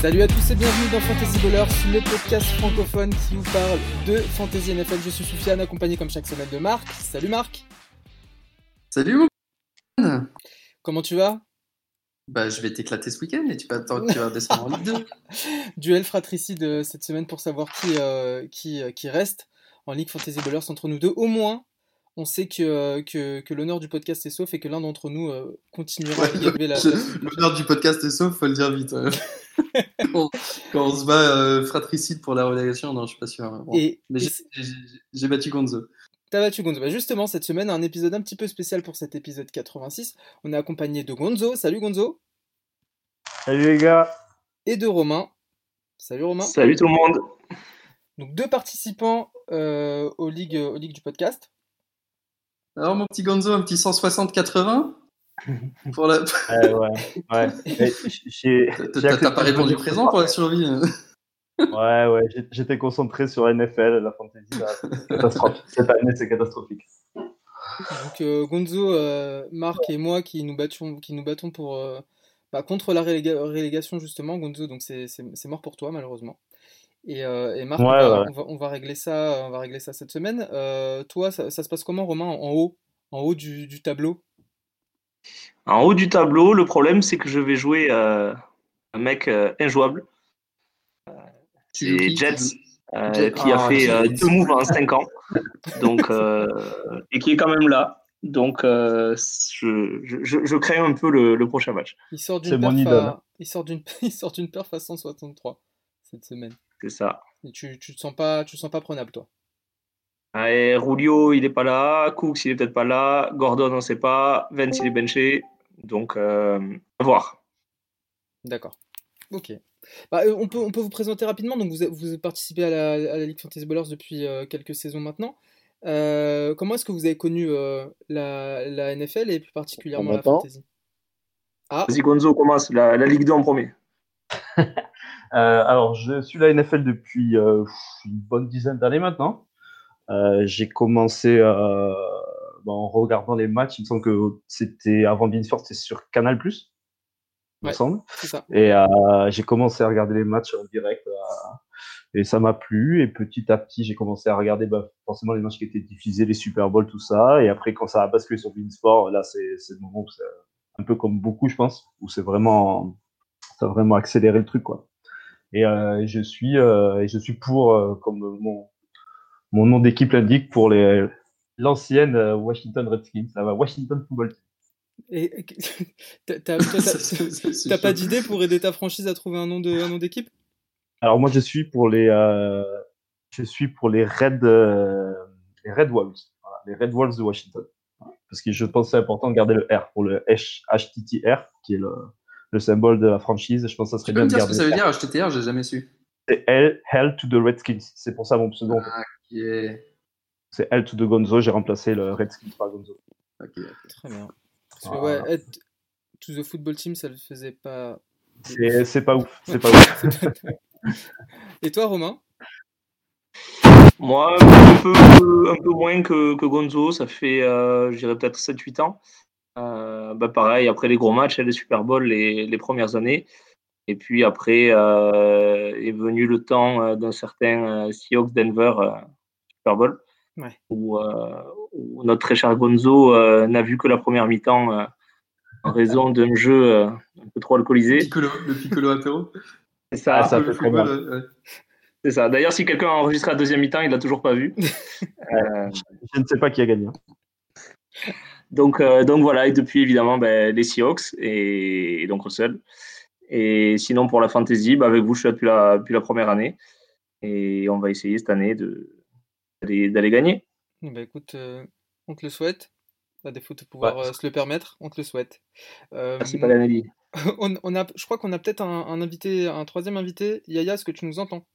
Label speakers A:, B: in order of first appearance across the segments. A: Salut à tous et bienvenue dans Fantasy Ballers, le podcast francophone qui vous parle de Fantasy NFL. Je suis Soufiane, accompagné comme chaque semaine de Marc. Salut Marc,
B: Salut Oumane
A: comment tu vas
B: Bah je vais t'éclater ce week-end et tu vas, attends, tu vas descendre en Ligue 2.
A: Duel fratricide euh, cette semaine pour savoir qui, euh, qui, euh, qui reste en Ligue Fantasy Ballers entre nous deux. Au moins, on sait que, euh, que, que l'honneur du podcast est sauf et que l'un d'entre nous euh, continuera à
B: Ouais,
A: élever la.
B: Je- L'honneur du podcast est sauf, faut le dire vite. euh. quand, quand on se bat euh, fratricide pour la relégation, non je suis pas sûr. Bon.
A: Et,
B: Mais
A: et
B: j'ai- j'ai j'ai battu Gonzo.
A: T'as battu Gonzo. Bah, justement, cette semaine, un épisode un petit peu spécial pour cet épisode 86. On est accompagné de Gonzo. Salut Gonzo.
C: Salut les gars.
A: Et de Romain. Salut Romain.
D: Salut tout le monde.
A: Donc deux participants euh, aux, ligues, aux ligues du podcast.
B: Alors mon petit Gonzo, un petit 160-80 pour la...
C: Euh, ouais, ouais. Mais
B: T'as-
C: j'ai- j'ai
B: T'as t'as
C: accepté
B: pas
C: de
B: répondu
C: venir
B: présent pour la survie. hein.
C: Ouais, ouais, j'ai- j'étais concentré sur NFL, la fantasy. là. C'est catastrophique. Cette année, c'est catastrophique.
A: Donc euh, Gonzo, euh, Marc et moi qui nous battions, qui nous battons pour, euh, bah, contre la reléga- relégation justement. Gonzo, donc c'est c'est- c'est mort pour toi malheureusement. Et, euh, et Marc,
C: Ouais,
A: on, va,
C: ouais.
A: on va- on va régler ça, euh, on va régler ça cette semaine. Euh, toi, ça, ça se passe comment, Romain, en haut, en haut du, du tableau
D: En haut du tableau, le problème c'est que je vais jouer euh, un mec euh, injouable,
B: Tu
D: Les
B: joues qui
D: Jets.
B: Tu joues-
D: euh,
B: Jets-
D: qui a
B: Ah,
D: fait euh,
B: Jets.
D: deux moves en cinq ans, donc euh, et qui est quand même là. Donc euh, je, je- je- je crains un peu le, le prochain match.
A: Il sort
C: C'est
A: d'une
C: mon
A: perf,
C: idole.
A: à... il sort d'une il sort d'une perf à 163 cette semaine.
D: C'est ça.
A: Et tu tu te sens pas tu te sens pas prenable toi.
D: Et Rulio, il est pas là. Cooks, il est peut-être pas là. Gordon, on sait pas. Vance, il est benché. Donc euh, à voir.
A: D'accord. Ok. Bah, euh, on, peut, on peut vous présenter rapidement. Donc, vous, vous participez à la, à la Ligue Fantasy Ballers depuis euh, quelques saisons maintenant. Euh, comment est-ce que vous avez connu euh, la, la NFL et plus particulièrement
E: On
A: la
E: m'entend
A: Fantasy Ah,
D: Vas-y Gonzo, commence la, la Ligue 2 en premier.
C: Euh, alors, je suis la NFL depuis euh, une bonne dizaine d'années maintenant. Euh, j'ai commencé euh, en regardant les matchs. Il me semble que c'était avant Bein Sport, c'était sur Canal+. Il me
A: Ouais.
C: semble.
A: c'est ça.
C: Et euh, j'ai commencé à regarder les matchs en direct. euh, et ça m'a plu. Et petit à petit, j'ai commencé à regarder bah, forcément les matchs qui étaient diffusés, les Super Bowl, tout ça. Et après, quand ça a basculé sur Sport, là, c'est c'est le moment où c'est un peu comme beaucoup, je pense, où c'est vraiment, ça a vraiment accéléré le truc, quoi. Et euh, je suis, euh, et je suis pour, euh, comme mon, mon nom d'équipe l'indique, pour les l'ancienne euh, Washington Redskins, la Washington Football Team.
A: Et et- t'as- t'as toi,
B: C'est-
A: t'as-
B: c'est- c'est- c'est
A: t'as pas
B: chaud.
A: d'idée pour aider ta franchise à trouver un nom de- un nom d'équipe
C: Alors moi je suis pour les euh, je suis pour les Red euh, les Red Wolves, Voilà, les Red Wolves de Washington. Voilà. Parce que je pense que c'est important de garder le R pour le H- HTTR qui est le, le symbole de la franchise. Je pense que ça
B: Tu
C: serait
B: peux
C: bien
B: me
C: de
B: dire ce que
C: garder.
B: ça
C: le
B: veut
C: R.
B: dire HTTR hein, J'ai jamais su.
C: C'est L, Hell to the Redskins. C'est pour ça mon pseudo. en fait.
B: Qui est-
C: C'est L to the Gonzo. J'ai remplacé le Redskins par Gonzo.
B: ok.
A: Très bien. Parce que,
C: Voilà.
A: ouais, être to the football team, ça le faisait pas.
C: C'est c'est pas ouf. C'est pas ouf.
A: Et toi, Romain
D: Moi, un peu, un peu moins que, que Gonzo, ça fait, euh, je dirais peut-être 7-8 ans. Euh, bah pareil, après les gros matchs, les Super Bowl, les, les premières années. Et puis après euh, est venu le temps euh, d'un certain euh, Seahawks Denver euh, Super Bowl,
A: Ouais.
D: où, euh, où notre très cher Gonzo euh, n'a vu que la première mi-temps euh, en raison d'un jeu euh, un peu trop alcoolisé.
B: Piccolo, le piccolo apéro.
D: C'est ça,
C: Ah, ça
B: Le
C: fait trop
B: football,
C: mal.
B: euh, ouais.
D: c'est ça. D'ailleurs, si quelqu'un a enregistré la deuxième mi-temps, il l'a toujours pas vu. Euh,
C: Je ne sais pas qui a gagné. hein.
D: Donc, euh, donc voilà, et depuis évidemment ben, les Seahawks et, et donc Russell. Et sinon pour la fantasy, ben, avec vous, je suis là depuis la, depuis la première année. Et on va essayer cette année de- d'aller d'aller gagner.
A: Eh ben, écoute, euh, on te le souhaite. À défaut de pouvoir
C: Ouais.
A: euh, se le permettre, on te le souhaite. Euh,
D: Merci Paganelli.
A: on, on a, je crois qu'on a peut-être un, un invité, un troisième invité. Yaya, est-ce que tu nous entends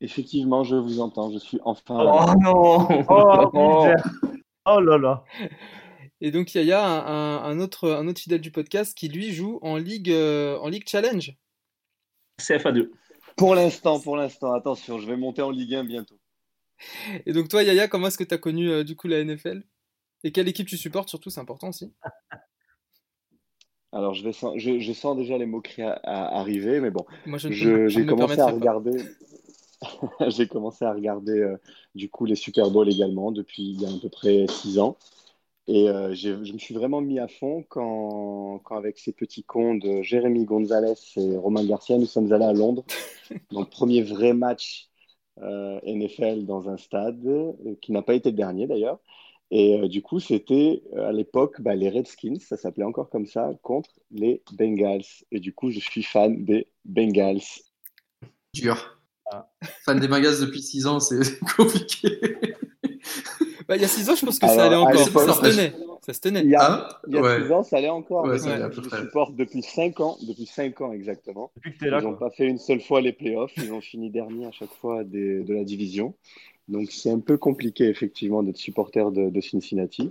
E: Effectivement, je vous entends. Je suis enfin. là.
D: Oh non
C: Oh, oh là là.
A: Et donc Yaya, un, un- un autre, un autre fidèle du podcast qui lui joue en ligue, euh, en ligue challenge.
D: CFA2.
E: Pour l'instant, pour l'instant. Attention, je vais monter en Ligue 1 bientôt.
A: Et donc toi, Yaya, comment est-ce que tu as connu euh, du coup la NFL Et quelle équipe tu supportes surtout, c'est important aussi.
E: Alors, je, vais sen- je, je sens déjà les moqueries à- à arriver, mais bon,
A: Moi, je ne peux-
E: Je-
A: je ne
E: j'ai
A: me
E: commencé à
A: permettrai pas.
E: regarder. J'ai commencé à regarder euh, du coup les Super Bowl également depuis il y a à peu près six ans. Et euh, j'ai- je me suis vraiment mis à fond quand, quand avec ces petits cons de Jérémy Gonzalez et Romain Garcia, nous sommes allés à Londres. Donc premier vrai match euh, NFL dans un stade, euh, qui n'a pas été le dernier d'ailleurs. Et euh, du coup, c'était euh, à l'époque bah, les Redskins, ça s'appelait encore comme ça, contre les Bengals. Et du coup, je suis fan des Bengals.
B: Dur.
C: Ah.
B: Fan des Bengals depuis 6 ans, c'est compliqué.
A: Bah, il y a 6 ans, je pense que ça
E: Alors,
A: allait
E: à
A: encore.
E: l'époque,
A: Ça se tenait. Ça se tenait.
E: Il y a,
B: Ah,
E: il y a
B: ouais.
E: six ans, ça allait encore.
B: Ouais,
E: mais
B: ça allait à peu
E: je
B: près.
E: supporte depuis 5 ans, depuis 5 ans exactement.
C: Depuis que t'es
E: Ils
C: là,
E: n'ont
C: quoi.
E: pas fait une seule fois les playoffs. Ils ont fini dernier à chaque fois des- de la division. Donc c'est un peu compliqué effectivement d'être supporter de, de Cincinnati.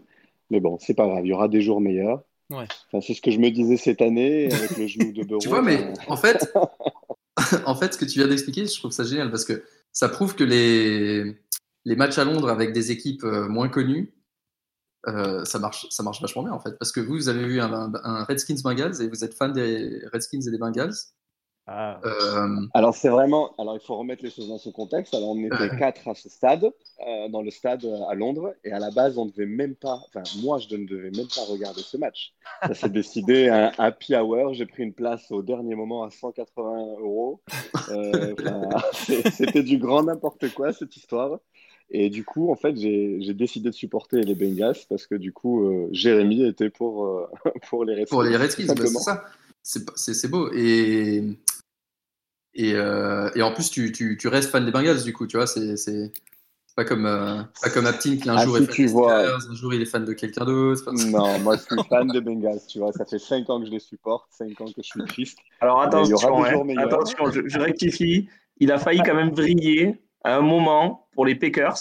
E: Mais bon, c'est pas grave. Il y aura des jours meilleurs.
A: Ouais.
E: Enfin, c'est ce que je me disais cette année avec le euh, genou de Bureau.
B: Tu vois, mais en fait, en fait, ce que tu viens d'expliquer, je trouve ça génial parce que ça prouve que les, les matchs à Londres avec des équipes euh, moins connues, euh, ça, marche, ça marche vachement bien en fait. Parce que vous, vous avez vu un, un- un Redskins Bengals et vous êtes fan des Redskins et des Bengals.
C: Ah,
B: Euh,
E: Alors, c'est vraiment. Alors, il faut remettre les choses dans son contexte. Alors, on était quatre à ce stade, euh, dans le stade euh, à Londres. Et à la base, on ne devait même pas. Enfin, moi, je ne devais même pas regarder ce match. Ça s'est décidé à un happy hour. J'ai pris une place au dernier moment à 180 euros. Euh, enfin, c'est- C'était du grand n'importe quoi, cette histoire. Et du coup, en fait, j'ai j'ai décidé de supporter les Bengals parce que du coup, euh, Jérémy était pour, euh, pour les Redskins.
B: pour les Redskins, bah, c'est
E: simplement.
B: ça. C'est pas- C'est c'est beau. Et, et, euh, et en plus, tu, tu, tu restes fan des Bengals du coup, tu vois, c'est. c'est- c'est Pas comme, euh, pas comme Aptin qui un
E: Ah,
B: jour
E: si,
B: est fan
E: tu
B: des
E: vois.
B: Steelers, un jour il est fan de quelqu'un d'autre. Enfin,
E: Non, moi je suis fan des Bengals, tu vois. Ça fait 5 ans que je les supporte, 5 ans que je suis triste.
D: Alors
E: Mais il y aura
D: attention,
E: des
D: hein.
E: jours meilleurs.
D: attention je, je rectifie. Il a failli quand même briller à un moment pour les Packers,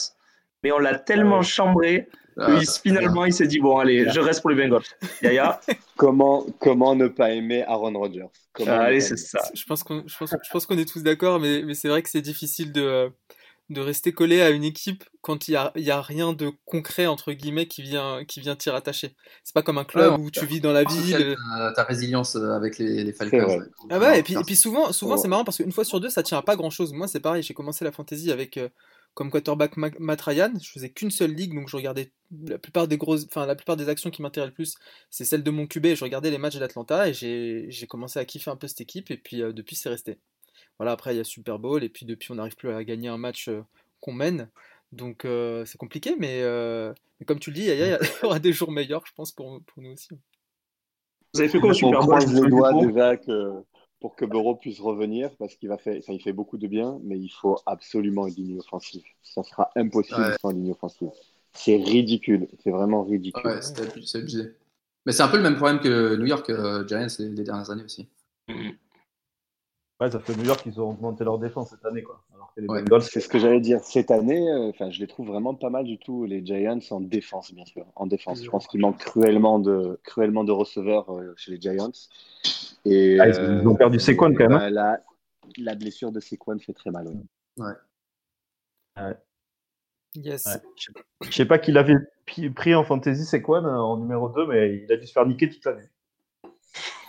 D: mais on l'a tellement
C: Ah ouais.
D: chambré que
B: euh,
D: il- finalement il s'est dit bon allez, je reste pour les Bengals. Yaya,
E: Comment, comment ne pas aimer Aaron Rodgers Comment ne
D: euh, Ah, allez
E: pas
D: c'est
E: aimer
D: ça.
A: Je pense qu'on je pense, je pense qu'on est tous d'accord, mais, mais c'est vrai que c'est difficile de, euh, de rester collé à une équipe quand il n'y a, il y a rien de concret, entre guillemets, qui vient, qui vient t'y rattacher. C'est pas comme un club
B: Ouais,
A: où tu vis dans la
B: Surtout
A: ville.
B: qu'elle, ta, ta résilience euh, avec les, les Falcons.
E: C'est vrai.
B: ouais.
A: euh, Ah ouais, et puis, et puis souvent, souvent
E: Ouais.
A: c'est marrant parce qu'une fois sur deux, ça tient à pas grand chose. Moi, c'est pareil, j'ai commencé la fantasy avec euh, comme quarterback Ma- Matt Ryan. Je faisais qu'une seule ligue, donc je regardais la plupart des grosses, enfin, la plupart des actions qui m'intéressent le plus, c'est celle de mon QB. Je regardais les matchs de l'Atlanta et j'ai j'ai commencé à kiffer un peu cette équipe. Et puis euh, depuis, c'est resté. Voilà, après, il y a Super Bowl et puis depuis, on n'arrive plus à gagner un match euh, qu'on mène. Donc euh, c'est compliqué, mais, euh, mais comme tu le dis, Yaya, il y aura des jours meilleurs, je pense, pour, pour nous aussi.
D: Vous avez fait quoi au
E: On
D: Super Bowl
E: croise les
D: du
E: doigts
D: coup
E: déjà que, pour que Bureau puisse revenir parce qu'il va faire, ça il fait beaucoup de bien, mais il faut absolument une ligne offensive. Ça sera impossible
B: Ouais.
E: sans ligne offensive. C'est ridicule, c'est vraiment ridicule.
B: Ouais, c'était abus- c'est abusé. Mais c'est un peu le même problème que New York euh, Giants les, les dernières années aussi.
C: ouais, ça fait New York qu'ils ont augmenté leur défense cette année, quoi. Alors que les
B: Ouais.
C: Bengals,
E: C'est ce que j'allais dire. Cette année, euh, enfin, je les trouve vraiment pas mal du tout, les Giants, en défense, bien sûr. En défense. Je pense qu'il manque cruellement de, cruellement de receveurs euh, chez les Giants. Et, euh,
C: Ah, ils ont- ils ont perdu Saquon, quand même, hein.
E: bah, la, la blessure de Sequan fait très mal. ouais.
A: Yes.
C: Ouais. je sais pas qui l'avait pi- pris en fantasy, c'est quoi, là, en numéro 2, mais il a dû se faire niquer toute l'année.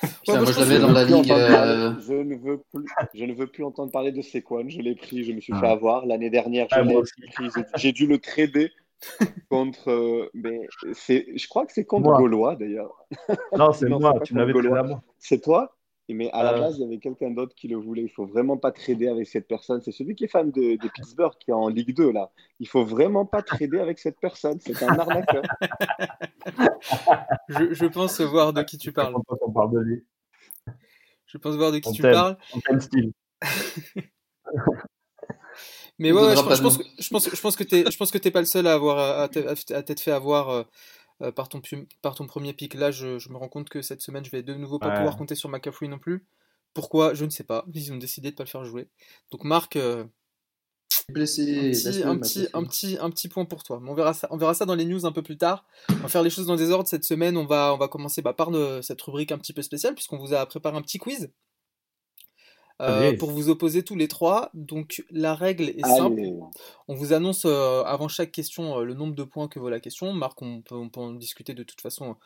B: Putain,
A: moi,
B: moi
A: je
B: je
A: pense
B: l'avais
A: que
B: dans la
E: Je veux plus
B: ligue.
E: entendre parler-
B: euh,
E: Je ne veux plus, je ne veux plus entendre parler de Sequan. Je l'ai pris, je me suis
C: Ah.
E: fait avoir. L'année dernière, je
C: Ah,
E: l'ai
C: moi aussi.
E: pris, j'ai- j'ai dû le trader contre. euh, mais c'est, je crois que c'est contre
C: Moi.
E: Gaulois d'ailleurs.
C: Non, c'est
E: Non,
C: moi,
E: c'est pas
C: tu me l'avais
E: contre
C: pris
E: Gaulois.
C: à moi.
E: C'est toi Mais à la
C: Euh.
E: base, il y avait quelqu'un d'autre qui le voulait. Il faut vraiment pas trader avec cette personne. C'est celui qui est fan de, de Pittsburgh, qui est en Ligue 2, là. Il faut vraiment pas trader avec cette personne. C'est un arnaqueur.
A: Je, je pense voir de qui
B: Ah,
A: tu
C: Je
A: parles.
C: comprends pas qu'on parle de lui.
A: Je pense voir de qui
C: On
A: tu
C: t'aime.
A: parles.
C: En tel style.
A: Mais
B: On
A: ouais, ouais, je,
B: donnera
A: pense- je
B: pas de
A: pense
B: nom.
A: que, je pense, je pense que t'es, je pense que t'es pas le seul à avoir, à, à t'être- à t'être fait avoir euh, euh, par ton, pu- par ton premier pic. Là, je, je me rends compte que cette semaine, je vais de nouveau pas
C: Ouais.
A: pouvoir compter sur McCaffrey non plus. Pourquoi? Je ne sais pas. Ils ont décidé de pas le faire jouer. Donc, Marc, euh, un
B: Blessé.
A: petit,
B: blessé,
A: un
B: m'a
A: petit,
B: blessé.
A: un petit, un petit point pour toi. Mais on verra ça, on verra ça dans les news un peu plus tard. On va faire les choses dans des ordres cette semaine. On va, on va commencer bah, par euh, cette rubrique un petit peu spéciale puisqu'on vous a préparé un petit quiz euh,
C: Allez.
A: pour vous opposer tous les trois. Donc la règle est simple.
E: Allez.
A: On vous annonce euh, avant chaque question euh, le nombre de points que vaut la question. Marc, on peut, on peut en discuter de toute façon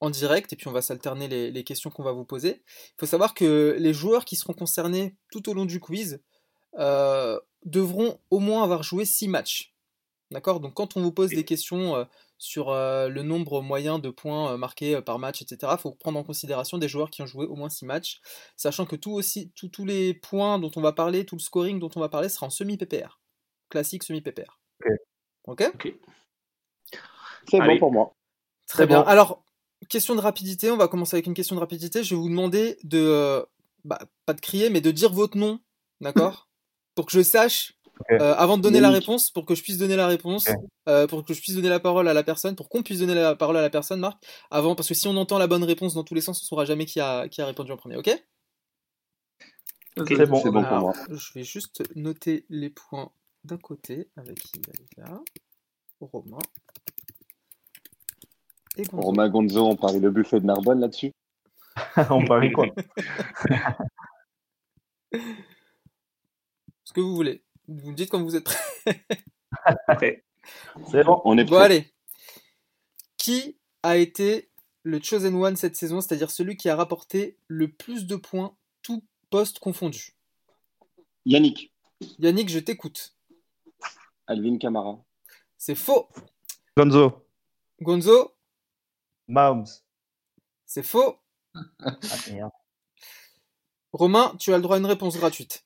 A: en direct et puis on va s'alterner les, les questions qu'on va vous poser. Il faut savoir que les joueurs qui seront concernés tout au long du quiz euh, devront au moins avoir joué 6 matchs. D'accord Donc quand on vous pose des questions euh, sur euh, le nombre moyen de points euh, marqués par match, etc., il faut prendre en considération des joueurs qui ont joué au moins 6 matchs, sachant que tout aussi, tout- tous les points dont on va parler, tout le scoring dont on va parler sera en semi-PPR. Classique semi-PPR.
C: Ok.
A: Ok
E: C'est bon
D: Allez.
E: pour moi.
A: Très
D: Très
A: bien.
D: bon.
A: Alors, question de rapidité, on va commencer avec une question de rapidité. Je vais vous demander de, euh, bah, pas de crier, mais de dire votre nom, d'accord Pour que je sache,
C: Ok.
A: euh, avant de donner la
E: Yannick.
A: réponse, pour que je puisse donner la réponse,
C: Ok.
A: euh, pour que je puisse donner la parole à la personne, pour qu'on puisse donner la parole à la personne, Marc, avant, parce que si on entend la bonne réponse dans tous les sens, on saura jamais qui a, qui a répondu en premier, ok
C: C'est bon.
E: C'est bon pour
A: Alors,
E: moi.
A: je vais juste noter les points d'un côté avec Ivalga, Romain et Gonzo.
E: Romain Gonzo, on parie le buffet de Narbonne là-dessus.
C: on parie quoi
A: ce que vous voulez. Vous me dites quand vous êtes prêts.
D: Après,
C: C'est bon.
E: On est
A: Bon,
E: prêt.
A: allez. Qui a été le Chosen One cette saison, c'est-à-dire celui qui a rapporté le plus de points, tout poste confondu
E: Yannick,
A: Yannick, je t'écoute.
E: Alvin Camara,
A: C'est faux.
C: Gonzo.
A: Gonzo,
C: Mahomes.
A: c'est faux. Romain, tu as le droit à une réponse gratuite.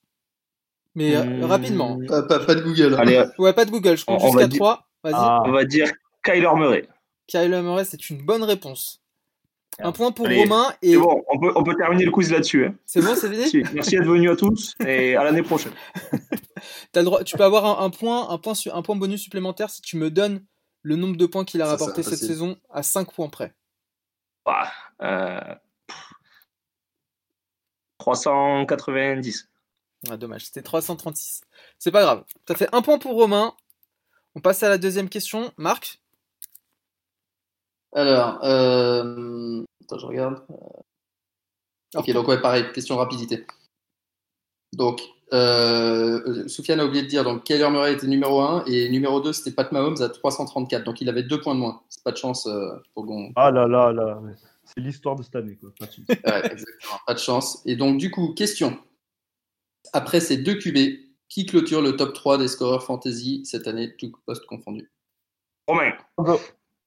A: Mais euh,
D: Hmm.
A: rapidement.
B: Pas, pas- pas de Google. hein.
D: allez,
A: Ouais, pas de Google, je compte
D: On- on va
A: jusqu'à
D: dire-
A: 3. Vas-y.
C: Ah,
D: on va dire Kyler Murray.
A: Kyle Murray, c'est une bonne réponse. Un point pour
D: Allez.
A: Romain et
D: C'est bon, on peut, on peut terminer le quiz là-dessus. hein.
A: c'est bon, c'est fini
D: Si, Merci d'être venu à tous et à l'année prochaine.
A: T'as le droit, tu peux avoir un, un point, un, point su- un point bonus supplémentaire si tu me donnes le nombre de points qu'il a
B: Ça,
A: rapporté
B: c'est
A: cette
B: facile.
A: saison à 5 points près.
D: Bah, euh, pff. 390.
A: Ah, dommage, c'était 336. C'est pas grave. Ça fait un point pour Romain. On passe à la deuxième question. Marc,
B: Alors, euh, attends, je regarde. Euh, Ok,
A: Alors,
B: donc ouais, pareil, question rapidité. Donc, euh, euh, Soufiane a oublié de dire, donc Kyler Murray était numéro 1 et numéro 2, c'était Pat Mahomes à 334. Donc, il avait deux points de moins. C'est pas de chance euh, pour Gon.
C: ah là là là. C'est l'histoire de cette année quoi. Pas de suite.
B: Ouais, exactement, pas de chance. Et donc, du coup, question. Après ces deux QB, qui clôture le top 3 des scoreurs fantasy cette année, tout poste confondu
D: Romain,
C: Gonzo.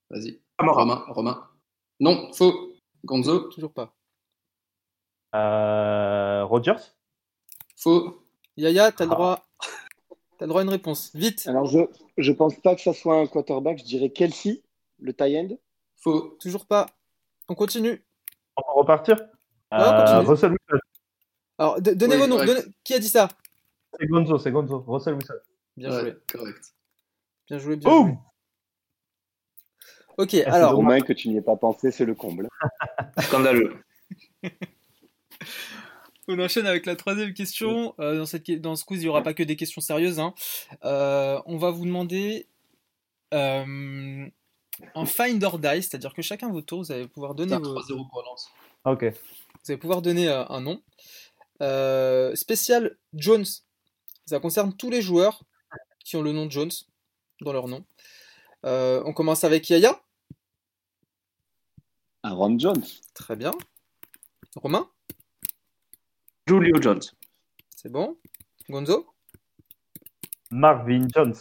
B: Vas-y,
D: Camara.
B: Romain, Romain. Non, faux. Gonzo,
A: toujours pas.
C: Euh, Rogers.
B: faux.
A: Yaya, t'as le
C: Ah.
A: droit. T'as le droit à une réponse. Vite,
E: Alors, je je pense pas que ça soit un quarterback. Je dirais Kelsey, le tie-end.
B: Faux.
A: toujours pas. On continue.
C: On va repartir. Euh,
A: on continue.
C: Russell Wilson.
A: Alors, de- donnez
B: Oui,
A: vos noms.
B: correct.
A: donnez- Qui a dit ça
C: C'est Gonzo. C'est Gonzo. Russell Wilson.
A: Bien
B: Ouais,
A: joué.
B: correct.
A: Bien joué, bien
D: Oh
A: joué.
C: Boum.
D: Ah,
A: Ok,
C: c'est
A: alors,
C: dommage.
E: Romain, que tu n'y aies pas pensé, c'est le comble.
D: Scandaleux.
A: On enchaîne avec la troisième question. Euh, dans, cette, dans ce quiz, il n'y aura pas que des questions sérieuses. hein. Euh, on va vous demander euh, un find or die, c'est-à-dire que chacun votre tour, vous allez pouvoir donner,
B: Putain,
A: vos-
B: 3-0 pour Lens.
C: Ah, Ok.
A: vous allez pouvoir donner euh, un nom. Euh, spécial Jones. Ça concerne tous les joueurs qui ont le nom de Jones dans leur nom. Euh, on commence avec Yaya.
E: Aaron Jones,
A: Très bien. Romain,
D: Julio Jones.
A: c'est bon. Gonzo,
C: Marvin Jones.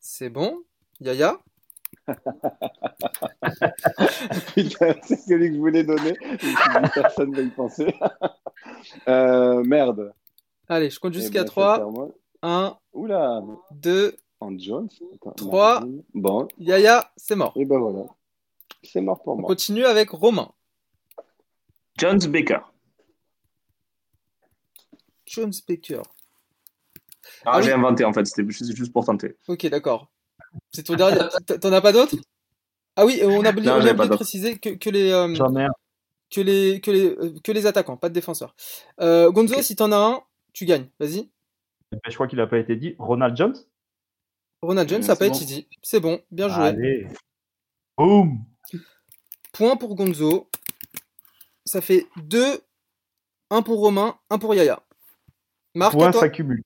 A: c'est bon. Yaya.
E: Putain, c'est celui que je voulais donner. Je me suis dit, Personne ne va y penser. Euh, merde.
A: Allez, je compte
E: Eh
A: jusqu'à
E: ben,
A: 3.
E: sincèrement.
A: 1,
E: Oula,
A: 2,
E: en Jones. Attends,
A: Trois.
E: Marvin. Bon,
A: Yaya, c'est mort.
E: et ben voilà. C'est mort pour
A: On
E: moi.
A: continue avec Romain.
D: Jones Baker.
A: Jones Baker.
D: Ah,
A: Ah
D: j'ai
A: oui.
D: inventé en fait, c'était juste, juste pour tenter.
A: Ok, d'accord. C'est ton dernier. T- T'en as pas d'autres Ah oui, euh, on a oublié,
D: Non,
A: on a
D: j'en ai
A: oublié
D: pas
A: de
D: d'autres.
A: préciser que, que les, euh,
C: J'en ai un.
A: que, les, que, les, euh, que les attaquants, pas de défenseurs. Euh, Gonzo, si t'en as un, tu gagnes. Vas-y.
C: Je crois qu'il n'a pas été dit. Ronald Jones.
A: Ronald James,
B: Euh,
A: ça n'a
B: c'est
A: pas
B: bon.
A: été dit. C'est bon, bien joué.
C: Allez. Boum.
A: Point pour Gonzo. Ça fait 2, 1 pour Romain, 1 pour Yaya. Marc, à
C: Point
A: toi.
C: s'accumule.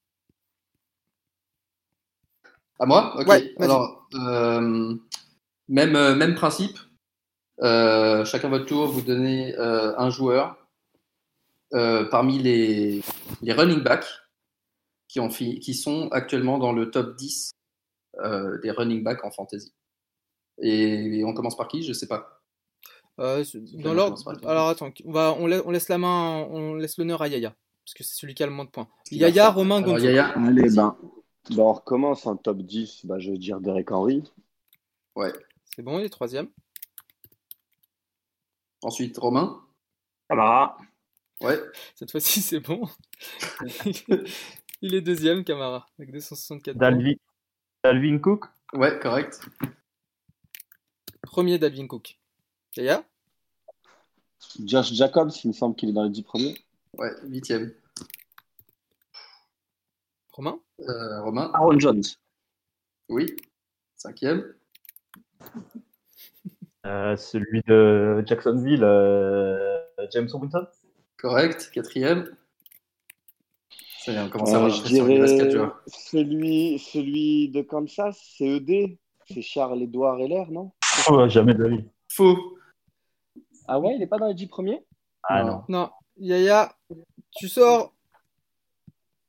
B: À moi Ok.
A: Ouais, vas-y.
B: Alors, euh, même, euh, même principe. Euh, chacun votre tour, vous donnez euh, un joueur euh, parmi les, les running backs qui, ont fi- qui sont actuellement dans le top 10 euh, des running backs en fantasy. Et, on commence par qui Je sais pas.
A: Euh, c'est-
B: Ok,
A: dans
B: on
A: l'ordre.
B: commence par le-
A: Alors attends, on, va, on, laisse, on laisse la main, on laisse l'honneur à Yaya. Parce que c'est celui qui a le moins de points.
B: qu'il va
A: Yaya,
B: faire
A: Romain,
B: Alors,
A: Gonzo.
B: Yaya,
E: Allez, ben, ben, on recommence en top 10. Ben, je vais dire Derek Henry.
A: C'est bon, il est troisième.
B: ensuite Romain.
D: Camara,
B: Ouais.
A: Cette fois-ci, c'est bon. il est deuxième, Camara, avec 264 points.
C: Dalvin, Dalvin Cook
B: Ouais, correct.
A: Premier, Dalvin Cook. Yaya
E: Josh Jacobs, il me semble qu'il est dans les 10 premiers.
B: Ouais, huitième.
A: Romain
B: Euh, Romain.
D: Aaron Jones,
B: Oui. Cinquième.
C: Euh, Celui de Jacksonville, euh, James Robinson
B: Correct. Quatrième. Ça y est, on commence à
E: Euh,
B: avoir
E: je
B: l'impression qu'il reste quatre
E: dirais
B: joueurs.
E: celui, celui de Kansas, c'est ED. C'est Charles-Édouard Heller, non
C: Oh, Jamais de la vie.
B: Faux.
E: Ah ouais, il n'est pas dans les 10 premiers
C: Ah
B: Non.
C: non.
A: Non. Yaya, tu sors.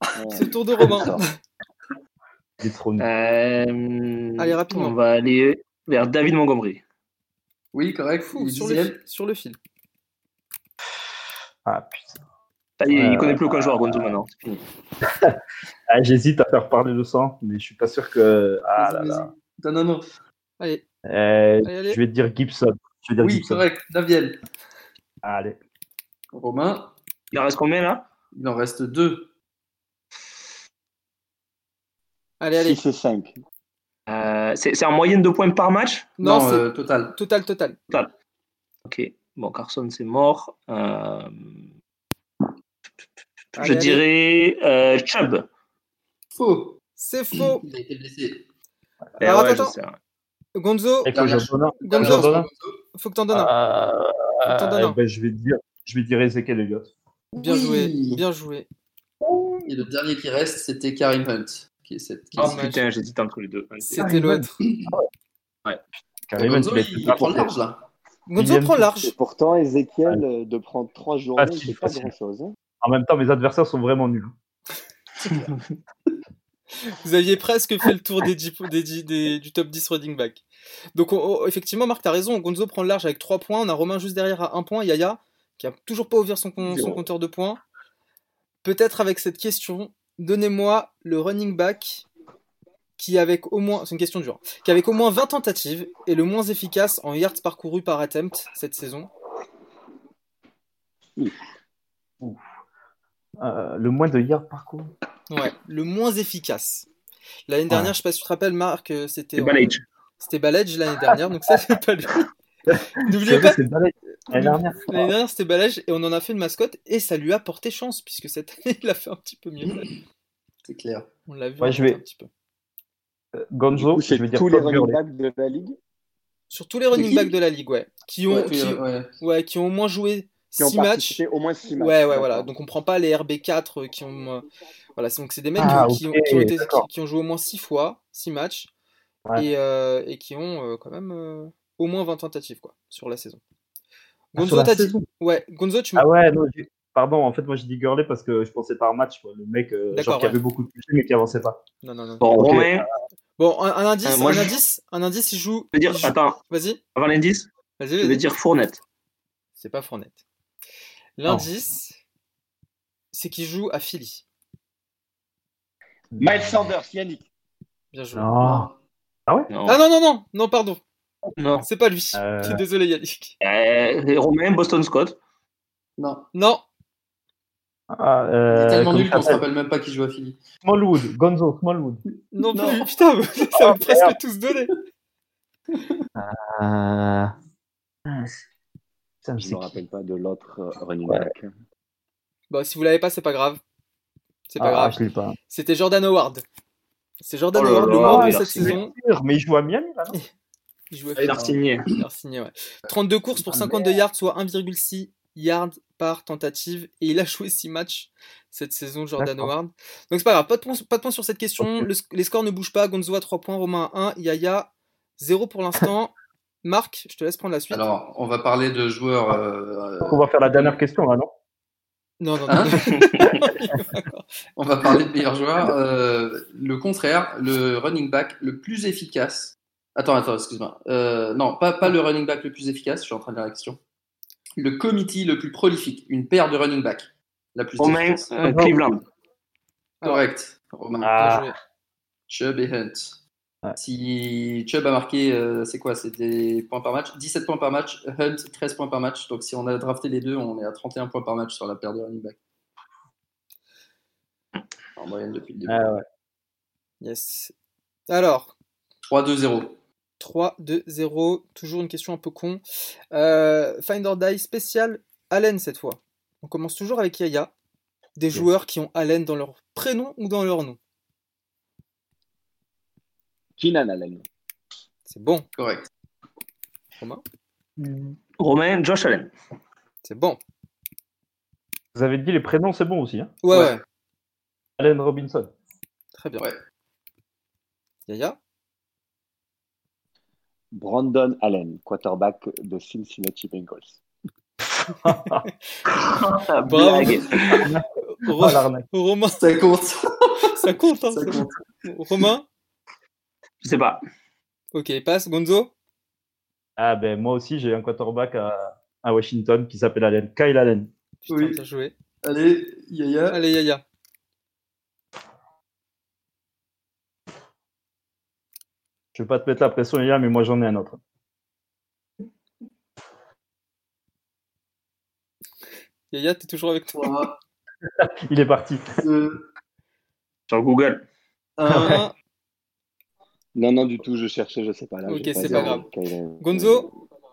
E: Ouais.
A: C'est le tour de Romain.
C: Il est trop nul.
D: Euh,
A: Allez, rapidement.
D: On va aller vers David Montgomery.
B: Oui, correct.
A: Fou,
B: il est
A: sur, le,
B: dixième.
A: fil- sur le fil.
C: Ah putain.
D: Ça y est,
C: Ouais,
D: Ah, il connaît plus aucun joueur, Gonzo, maintenant. C'est fini.
C: Ah, J'hésite à faire parler le sang, mais je suis pas sûr que. Ah là
B: Vas-y,
C: là.
B: vas-y. Non, non, non.
A: Allez,
C: Euh,
A: Allez, allez.
C: Je vais te dire Gibson. Je vais dire
B: Oui,
C: Gibson. Ah,
B: correct. Neuvième.
C: Allez.
B: Romain.
D: Il en reste combien, là
B: Il en reste deux.
A: allez, allez.
E: 6 et 5.
D: Euh, C'est c'est en moyenne de points par match
A: Non,
B: Non,
A: c'est
B: euh, total.
A: total, total.
D: Ok. Bon, Carson, c'est mort. Euh,
A: Allez,
D: Je
A: allez.
D: dirais euh, Chubb.
B: Faux.
A: C'est faux.
B: Il a été blessé.
D: Eh
A: Alors,
D: ouais,
A: attends,
D: je sais.
A: Gonzo,
C: Et que
B: Dernière
C: j'abandonne.
A: Gonzo,
C: Gonzo, Gonzo.
A: faut que t'en donnes un.
D: Ah, Oh,
C: Euh,
A: Attends, non, non.
C: eh ben, je vais te dire, je vais dire Ezekiel Elliott.
A: Bien
B: Ah, Oui. Ah,
A: joué, bien joué.
B: Et le dernier qui reste, c'était Karim Hunt. Qui est cette...
A: Ah,
B: qui est
D: Oh
B: cette-
D: putain, j'hésite entre les deux.
A: C'était l'autre.
C: Karim Hunt,
B: Gonzo,
C: il a
B: il,
C: été pas
B: prend
C: porté.
B: large là.
A: Gonzo
C: William
A: prend
E: Et
A: large.
E: pourtant, Ezekiel, euh, de prendre 3 journées,
C: Facile,
E: c'est pas
C: facile.
E: grand-chose. hein.
C: En même temps, mes adversaires sont vraiment nuls.
A: Vous aviez presque fait le tour des dix- des dix- des- du top 10 running back. Donc, on- on- effectivement, Marc, t'as raison. Gonzo prend large avec 3 points. On a Romain juste derrière à 1 point. Yaya, qui a toujours pas ouvert son, com- son
E: Zéro.
A: compteur de points. Peut-être avec cette question, donnez-moi le running back qui avec au moins, c'est une question dure, qui avec au moins 20 tentatives est le moins efficace en yards parcourus par attempt cette saison.
C: Euh, le moins de yards par contre.
A: Ouais, le moins efficace. L'année dernière, je sais pas si tu te rappelles, Marc, euh, c'était
D: C'est Balage.
A: C'était Balage l'année dernière, donc ça, c'est pas lui. N'oubliez pas,
C: C'est vrai, c'est le balai- L'année dernière.
A: l'année dernière, c'était Balage et on en a fait une mascotte et ça lui a porté chance puisque cette année, il a fait un petit peu mieux.
B: C'est clair.
A: On l'a vu
C: Ouais,
A: on
C: je vais-
A: un petit peu.
E: Du
C: euh, Gonzo,
E: coup,
C: je
E: c'est
C: vais dire
E: tous les
C: Todd
E: running
C: Gurley.
E: backs de la ligue
A: Sur tous les running
B: qui
A: backs de la ligue, ouais, qui ont,
B: Ouais,
A: qui,
B: tu- ouais.
A: ouais, qui ont au moins joué
E: qui ont
A: 6 matchs.
E: participé au moins 6 matchs.
A: Ouais, ouais, voilà.
E: D'accord.
A: Donc on prend pas les RB4 euh, qui ont. euh, Voilà, c'est- donc c'est des mecs
C: Ah,
A: qui, qui ont-
C: ok,
A: qui ont été-
C: d'accord.
A: qui- qui ont joué au moins 6 fois, 6 matchs,
C: Ouais.
A: et, euh, et qui ont euh, quand même euh, au moins 20 tentatives quoi, sur la saison.
C: Ah,
A: Gonzo,
C: sur la
A: t'as dit-
C: saison.
A: Ouais, Gonzo, tu me-
C: Ah ouais, non, j'ai- pardon, en fait, moi j'ai dit Gurley parce que je pensais par match, quoi. le mec euh,
A: D'accord,
C: genre, qui
A: ouais.
C: avait beaucoup de touchés mais qui avançait pas.
A: Non, non, non.
D: Bon,
C: Ok.
D: Romain,
A: Bon, un, un indice,
D: Euh, moi,
A: un
D: je-
A: indice, un indice, il joue.
D: je veux
A: il
D: dire,
A: joue-
D: attends,
A: Vas-y,
D: avant l'indice,
A: vas-y,
D: je
A: vas-y.
D: veux dire Fournette.
A: C'est pas Fournette. L'indice, c'est qu'il joue à Philly.
E: Miles Sanders, Yannick.
A: Bien joué.
C: Non.
D: Non.
A: Ah non, non, non, non, pardon,
D: non.
A: c'est pas lui.
C: Euh.
A: Je suis Désolé, Yannick.
D: Euh, Romain, Boston Scott.
B: Non.
A: Non,
C: Ah,
B: Il est
C: euh,
B: tellement
C: comment
B: nul qu'on
C: il
B: se
C: s'appelle
B: rappelle même pas qui joue à Philly.
C: Smallwood, Gonzo, Smallwood.
E: Euh,
A: non,
B: Non.
A: plus. Putain, ça
D: Oh,
A: m'a presque tous donné.
C: Euh... Putain,
E: Je
C: je
E: ne
C: sais qui.
E: me rappelle pas de l'autre euh, running
C: Ouais.
E: back.
A: Bon, si vous l'avez pas, c'est pas grave. C'est pas
C: Ah,
A: grave.
C: je l'ai pas.
A: C'était Jordan Howard. C'est Jordan
D: Oh là
A: Howard, le
D: là,
A: meilleur de
D: il a
A: cette
D: signé.
A: saison.
C: Mais il joue à Miami là, non
A: Il jouait
D: Il a signé.
A: Il a signé, ouais.
B: Euh,
A: 32 courses pour 52 yards, soit 1,6 yards par tentative. Et il a joué 6 matchs cette saison, Jordan
C: D'accord.
A: Howard. Donc c'est pas grave, pas de points, pas de points sur cette question. Le sc- les scores ne bougent pas. Gonzo à 3 points, Romain à 1, Yaya 0 pour l'instant. Marc, je te laisse prendre la suite.
B: Alors, on va parler de joueurs. euh,
C: On va faire la dernière question, là, non
A: Non, non, non.
B: Hein on va parler de meilleurs joueurs. Euh, le contraire, le running back le plus efficace. Attends, attends, excuse-moi. Euh, non, pas, pas le running back le plus efficace, je suis en train de lire la question. Le committee le plus prolifique, une paire de running back. La plus
D: Romain,
B: efficace.
D: euh, Cleveland.
B: Correct. Romain.
C: Ah.
A: Bien joué.
B: Chubb et Hunt.
C: Ouais.
B: Si Chubb a marqué, euh, c'est quoi C'est des points par match 17 points par match, Hunt 13 points par match. Donc si on a drafté les deux, on est à 31 points par match sur la paire de running back. En moyenne depuis le début.
A: Yes. Alors,
B: 3-2-0.
A: 3-2-0, toujours une question un peu con. Euh, Find or Die spécial Allen cette fois. On commence toujours avec Yaya. Des joueurs qui ont Allen dans leur prénom ou dans leur nom.
E: Keenan Allen.
A: C'est bon,
B: Correct.
D: Romain, Josh Allen.
A: c'est bon.
C: Vous avez dit les prénoms, c'est bon aussi. Hein
A: Ouais, ouais,
B: Ouais.
C: Allen Robinson.
A: très bien.
B: Ouais.
A: Yaya,
E: Brandon Allen, quarterback de Cincinnati Bengals.
D: Ah,
A: Bravo.
D: blague.
C: Oh,
A: Ro-
C: l'arnaque.
A: Romain,
B: Ça compte.
A: ça compte, hein,
B: Ça
A: ça.
B: compte.
A: Romain,
D: Je sais pas.
A: ok, passe. Gonzo,
C: Ah, ben moi aussi, j'ai un quarterback à, à Washington qui s'appelle Allen. Kyle Allen.
A: putain,
B: Oui.
A: bien joué.
B: Allez, Yaya.
A: Allez, Yaya.
C: Je vais pas te mettre la pression, Elia, mais moi j'en ai un autre.
A: Yaya, t'es toujours avec toi.
B: 3,
C: Il est parti.
B: 2,
D: Sur Google.
B: 1.
A: Romain,
E: Non, non, du tout, je cherchais, je sais pas. Là,
A: Ok,
E: j'ai
A: c'est
E: dit
A: pas
E: Allen,
A: grave.
E: Kyle Allen.
A: Gonzo
E: euh,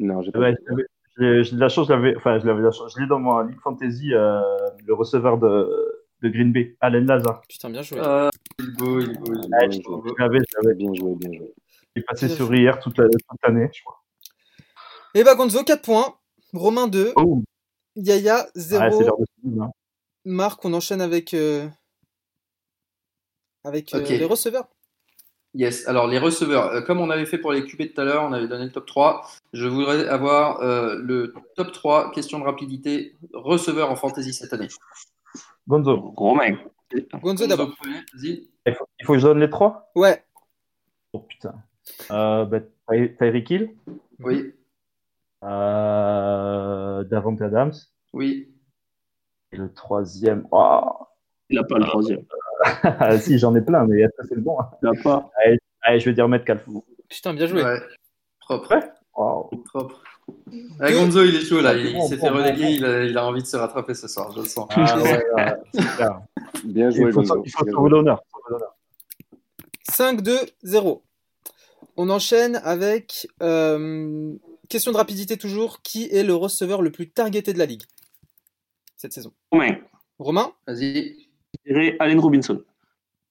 E: Non, j'ai pas.
C: Ouais, j'avais- j'ai- j'ai de la chance, je l'avais, enfin, je l'avais de la chance. Je l'ai dans ma League Fantasy, euh, le receveur de, de Green Bay, Allen Lazar.
A: putain, bien joué.
D: Euh.
B: Il est beau, il est beau. il est beau.
E: Ah,
C: Je l'avais,
E: bien, joué,
C: je l'avais.
E: bien joué, bien joué.
C: Il est passé sur hier toute la- toute l'année, je crois.
A: Et bah, Gonzo, 4 points. Romain, 2.
C: Oh,
A: Yaya,
C: ouais,
A: 0.
C: c'est l'heure de finir, hein.
A: Marc, on enchaîne avec, euh, avec euh,
B: Ok.
A: les receveurs.
B: Yes, alors les receveurs, euh, comme on avait fait pour les QB tout à l'heure, on avait donné le top 3. Je voudrais avoir euh, le top 3, question de rapidité, receveur en fantasy cette année.
C: Gonzo,
D: Romain.
A: Gonzo d'abord.
B: Gonzo premier, vas-y.
C: il faut, il faut que je donne les trois
A: Ouais,
C: Oh putain. Euh, ben, Ty- Tyreek Hill,
B: Oui,
C: euh, Davante Adams,
B: oui.
C: et le troisième. Oh.
D: Il a pas le troisième.
C: si, j'en ai plein, mais est-ce que c'est le bon hein.
D: Il a pas.
C: Allez, je vais dire Metcalf.
A: putain, bien joué.
B: Ouais. Propre,
C: Ouais. Wow.
B: propre. Ah, Gonzo, il est chaud là, il,
C: Bon,
B: s'est
C: bon,
B: fait
C: bon,
B: reléguer,
C: bon.
B: Il, a, il a envie de se rattraper ce soir, je le sens.
C: Ah, ouais, ouais, super.
E: Bien joué,
C: il faut,
E: Gonzo.
C: il faut
E: Bien
C: sauver
E: joué.
C: l'honneur.
A: 5-2-0. On enchaîne avec euh, question de rapidité toujours. Qui est le receveur le plus targeté de la ligue cette saison
D: Romain.
A: Romain
B: Vas-y.
D: Je dirais Allen Robinson.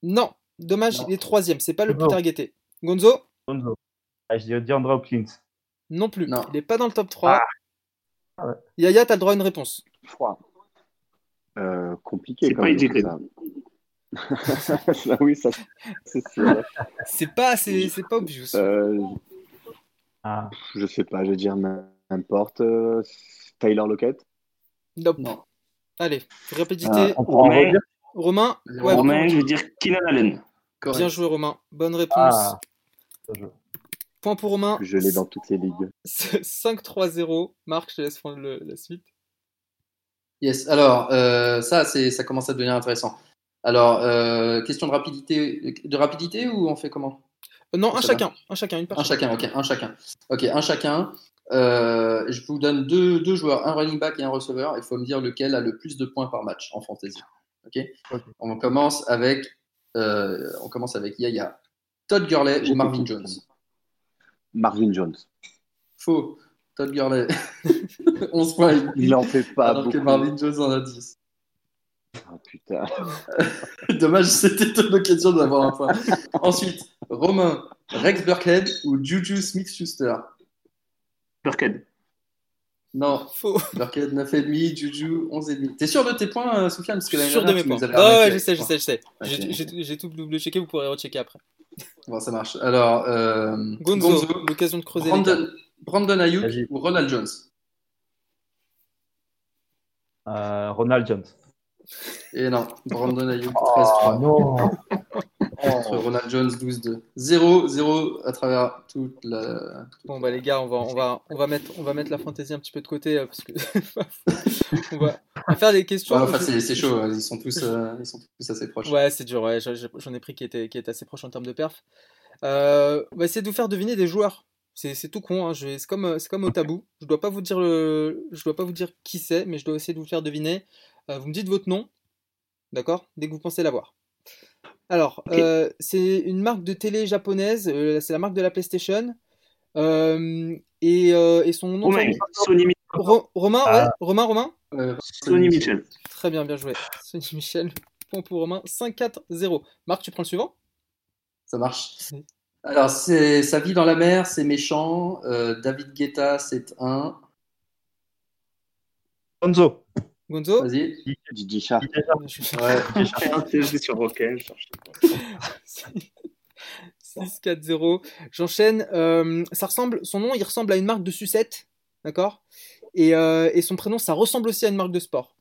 A: Non. Dommage,
B: Non.
A: il est troisième. C'est pas le plus
C: Non.
A: targeté. Gonzo
C: Gonzo. Ah, je dirais DeAndre Hopkins.
A: Non plus.
B: Non.
A: Il est pas dans le top 3.
C: Ah ouais.
A: Yaya, t'as le droit à une réponse.
E: Froid. Euh, compliqué
D: C'est
E: quand
D: pas
E: même.
D: édité.
E: ça. Ça, oui, ça, c'est sûr.
A: C'est pas, c'est, c'est pas obvious.
E: Euh,
C: Ah,
E: je sais pas, je vais dire n'importe. euh, Tyler Lockett. Ah,
A: Nope.
B: Non.
A: Allez, rapidité.
C: euh, on pourra en
D: Romain.
C: redire
A: Romain, Ouais,
D: Romain, je veux dire Keenan Allen.
B: Correct.
A: bien joué Romain. Bonne réponse.
C: Ah, bien joué.
A: Point pour Romain.
E: Je l'ai dans toutes les ligues.
A: 5-3-0. Marc, je te laisse prendre le- la suite.
B: Yes, alors euh, ça, c'est, ça commence à devenir intéressant. Alors, euh, question de rapidité, de rapidité ou on fait comment
A: Euh, non, un
B: Ça va.
A: chacun. Un chacun, une
B: Un
A: personne.
B: chacun, ok, un chacun. Ok, un chacun. Euh, je vous donne deux, deux joueurs, un running back et un receveur. Il faut me dire lequel a le plus de points par match en fantasy. Ok.
C: Ok.
B: On commence avec, euh, on commence avec Yaya, Todd Gurley ou Marvin Jones.
E: Marvin Jones.
B: Faux. Todd Gurley. 11 points. et demi,
E: Il en fait pas
B: alors que
E: beaucoup.
B: Marvin Jones en a 10.
E: Ah, putain.
B: Dommage, c'était ton occasion d'avoir un point. Ensuite, Romain, Rex Burkhead ou Juju Smith-Schuster.
D: Burkhead.
B: Non,
A: Faux.
B: Burkhead 9,5, Juju 11,5. T'es sûr de tes points, euh, Soufiane Parce que l'année
A: Sûr de
B: dernière,
A: mes
B: tu nous
A: points.
B: avais
A: Ah
B: arnaqué
A: ouais,
B: avec
A: je sais,
B: tes
A: je
B: points.
A: sais, je sais. J'ai-
B: Ok.
A: J'ai j'ai tout double checké, vous pourrez rechecker après.
B: Bon, ça marche. Alors, euh,
A: Gonzo,
B: Gonzo,
A: l'occasion de creuser. les
B: Brandon, Brandon
C: Vas-y.
B: Ayuk ou Ronald Jones
C: Euh, Ronald Jones.
B: Et Eh non, Brandon Ayuk, 13-3. Ah,
C: non
B: Contre Ronald Jones, 12-2. 0-0 à travers toute la.
A: Bon bah les gars, on va on va on va mettre on va mettre la fantaisie un petit peu de côté euh, parce que on va on va faire des questions.
B: Ouais, enfin, c'est c'est chaud, hein. ils sont, tous, euh, ils sont tous assez proches.
A: Ouais, c'est dur. Ouais, J'en- j'en ai pris qui était qui était assez proche en termes de perf. Euh, on va essayer de vous faire deviner des joueurs. C'est c'est tout con. Hein. je vais- C'est comme euh, c'est comme au tabou. Je dois pas vous dire le je dois pas vous dire qui c'est, mais je dois essayer de vous faire deviner. Euh, vous me dites votre nom, d'accord Dès que vous pensez l'avoir. Alors, euh, c'est une marque de télé japonaise. euh, c'est la marque de la PlayStation. Euh, et, euh, et son nom. de
D: Romain,
A: famille-
D: Sony, Mi-
A: Ro- Romain, ouais, Romain, Romain.
B: Euh,
D: Sony Mitchell.
A: Très bien, bien joué. Sonny Michel, point pour Romain, 5-4-0. Marc, tu prends le suivant
B: Ça marche.
A: Oui.
B: Alors, c'est Sa vie dans la mer, c'est méchant. Euh, David Guetta, c'est un.
C: Gonzo.
A: Gonzo
B: Vas-y.
E: Didier Sharp.
A: Bien joué.
B: Ouais.
D: Ah, c'est- c'est sur Rocket, je cherchais.
A: 6-4-0. J'enchaîne. Euh, ça ressemble, son nom, il ressemble à une marque de sucette, d'accord et, euh, et son prénom, ça ressemble aussi à une marque de sport.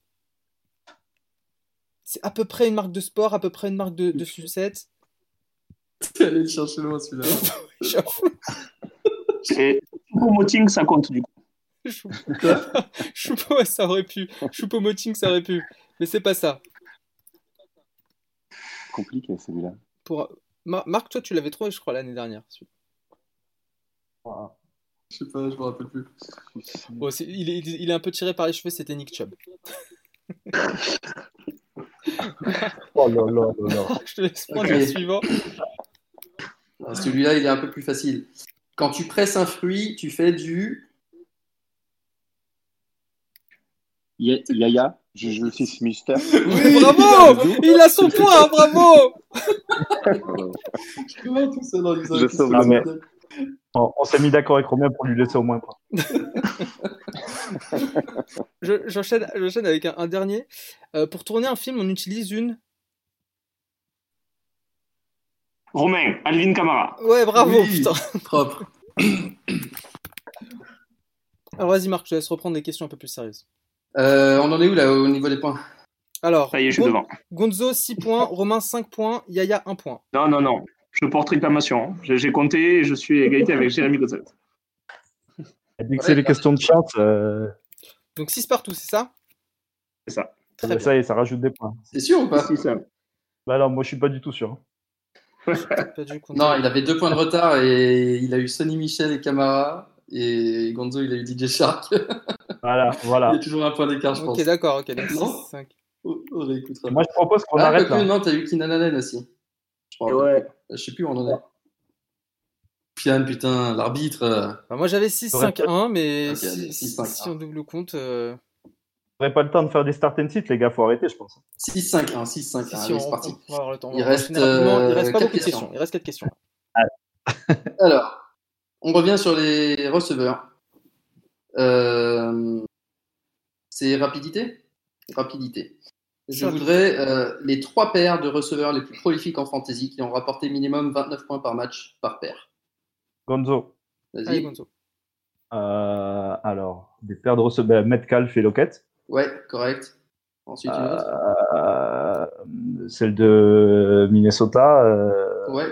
A: C'est à peu près une marque de sport, à peu près une marque de, de sucette.
B: T'es allé le chercher loin celui-là.
D: C'est Moting, ça compte du coup.
A: Choupo, Choupo, ouais, ça aurait pu. Choupo Moting, ça aurait pu. Mais c'est pas ça.
E: Compliqué celui-là.
A: Pour... Mar- Marc, toi, tu l'avais trouvé, je crois, l'année dernière.
B: Je sais pas, je me rappelle plus.
A: Bon, Oh, c'est- il, est, il est un peu tiré par les cheveux, c'était Nick Chubb.
C: Oh là là là là.
A: Je te laisse prendre
B: Ok.
A: le suivant.
B: Alors, Celui-là, il est un peu plus facile. Quand tu presses un fruit, tu fais du.
E: Ya- Yaya, Juju Smith Mister. Oh.
A: bravo Il a son point, hein, bravo
B: Comment tout seul en disant
E: Je
B: qu'il
E: sauve
B: se
E: la
B: fout
C: On, on s'est mis d'accord avec Romain pour lui laisser au moins un point.
A: Je- J'enchaîne j'enchaîne avec un, un dernier. Euh, pour tourner un film, on utilise une.
D: Romain, Alvin Camara.
A: Ouais, bravo,
B: Oui.
A: putain.
B: de- Propre.
A: Alors vas-y, Marc, je te laisse reprendre des questions un peu plus sérieuses.
B: Euh, on en est où là au niveau des points
A: Alors,
D: Ça y est, je suis
A: Gon-
D: devant.
A: Gonzo 6 points, Romain 5 points, Yaya 1 point.
D: Non, non, non. Je porte réclamation. hein. J'ai j'ai compté et je suis à égalité avec Jérémy Gonzalez.
C: Et dès que c'est les questions de chance, euh,
A: Donc 6 partout, c'est ça
D: C'est ça.
A: Très bien.
C: ça y est, ça rajoute des points.
B: C'est sûr ou pas
D: Si, ça.
C: Bah non, moi je suis pas du tout sûr. hein.
A: Pas du compte.
B: Non, il avait deux points de retard et il a eu Sonny Michel et Camara. Et Gonzo, il a eu DJ Shark.
E: Ah.
C: Voilà, voilà.
B: Il y a toujours un point d'écart, je
A: Ok,
B: pense.
A: d'accord, ok. donc
B: Non.
A: 5.
B: On on réécoutera.
C: Moi je propose qu'on
B: Ah,
C: arrête hein.
B: quoique,
C: là.
B: Non, t'as eu Kinananen aussi. Je, crois.
D: Ouais.
B: je sais plus où on en est. Pian, putain, l'arbitre. euh,
A: Bah, moi j'avais 6,
C: J'aurais
A: 5, 1, mais
B: Ok,
A: si,
B: allez, six,
A: si-
B: cinq,
A: si
B: un.
A: on double compte, euh,
C: J'aurais pas le temps de faire des start and sit, les gars, faut arrêter, je pense.
B: 6-5-1, 6-5-1.
A: si, si,
B: Allez,
A: on-
B: c'est parti.
A: on va avoir le temps.
B: Il
A: On va
B: reste,
A: enchaîner rapidement. il
B: euh,
A: reste pas
B: quatre
A: beaucoup de
B: questions.
A: questions. Il reste 4 questions.
B: Alors, on revient sur les receveurs. Euh, C'est rapidité Rapidité. Je
A: Rapidité.
B: voudrais euh, les trois paires de receveurs les plus prolifiques en fantasy qui ont rapporté minimum 29 points par match par paire.
C: Gonzo.
A: Allez,
B: Vas-y.
A: Gonzo.
C: Euh, alors, des paires de receveurs, Metcalf et Lockett.
B: Ouais, correct. Ensuite, une autre.
C: Euh, celle de Minnesota, euh,
B: Ouais,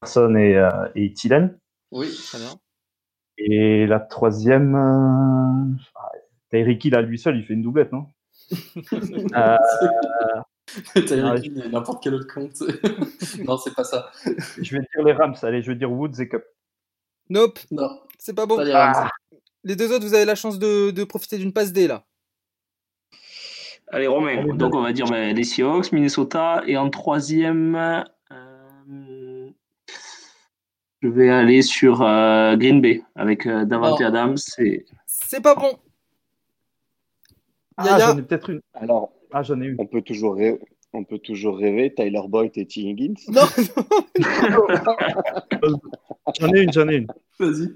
C: Carson et, euh, et Thielen.
B: oui.
A: Très bien.
C: Et la troisième, euh, ah, Tyreek Hill à lui seul, il fait une doublette, non Euh,
B: T'as
C: Ah,
B: écrit n'importe quel autre compte. non, c'est pas ça.
C: Je vais dire les Rams, allez, je vais dire Woods et Cup.
A: Nope,
B: Non,
A: c'est pas
B: pas
A: bon.
B: les Rams.
A: Les deux autres, vous avez la chance de, de profiter d'une passe D là.
D: Allez, Romain.
C: Allez,
D: Donc, on va dire ben, les Seahawks, Minnesota. Et en troisième, euh, je vais aller sur euh, Green Bay avec euh, Davante
B: Non.
D: Adams. Et...
A: C'est pas bon.
C: Ah,
A: Yaya.
C: j'en ai peut-être une.
E: Alors,
C: Ah, j'en ai une.
E: on peut toujours rêver. On peut toujours rêver, Tyler Boyd et T. Higgins.
A: Non,
C: J'en ai une, j'en ai une.
B: Vas-y.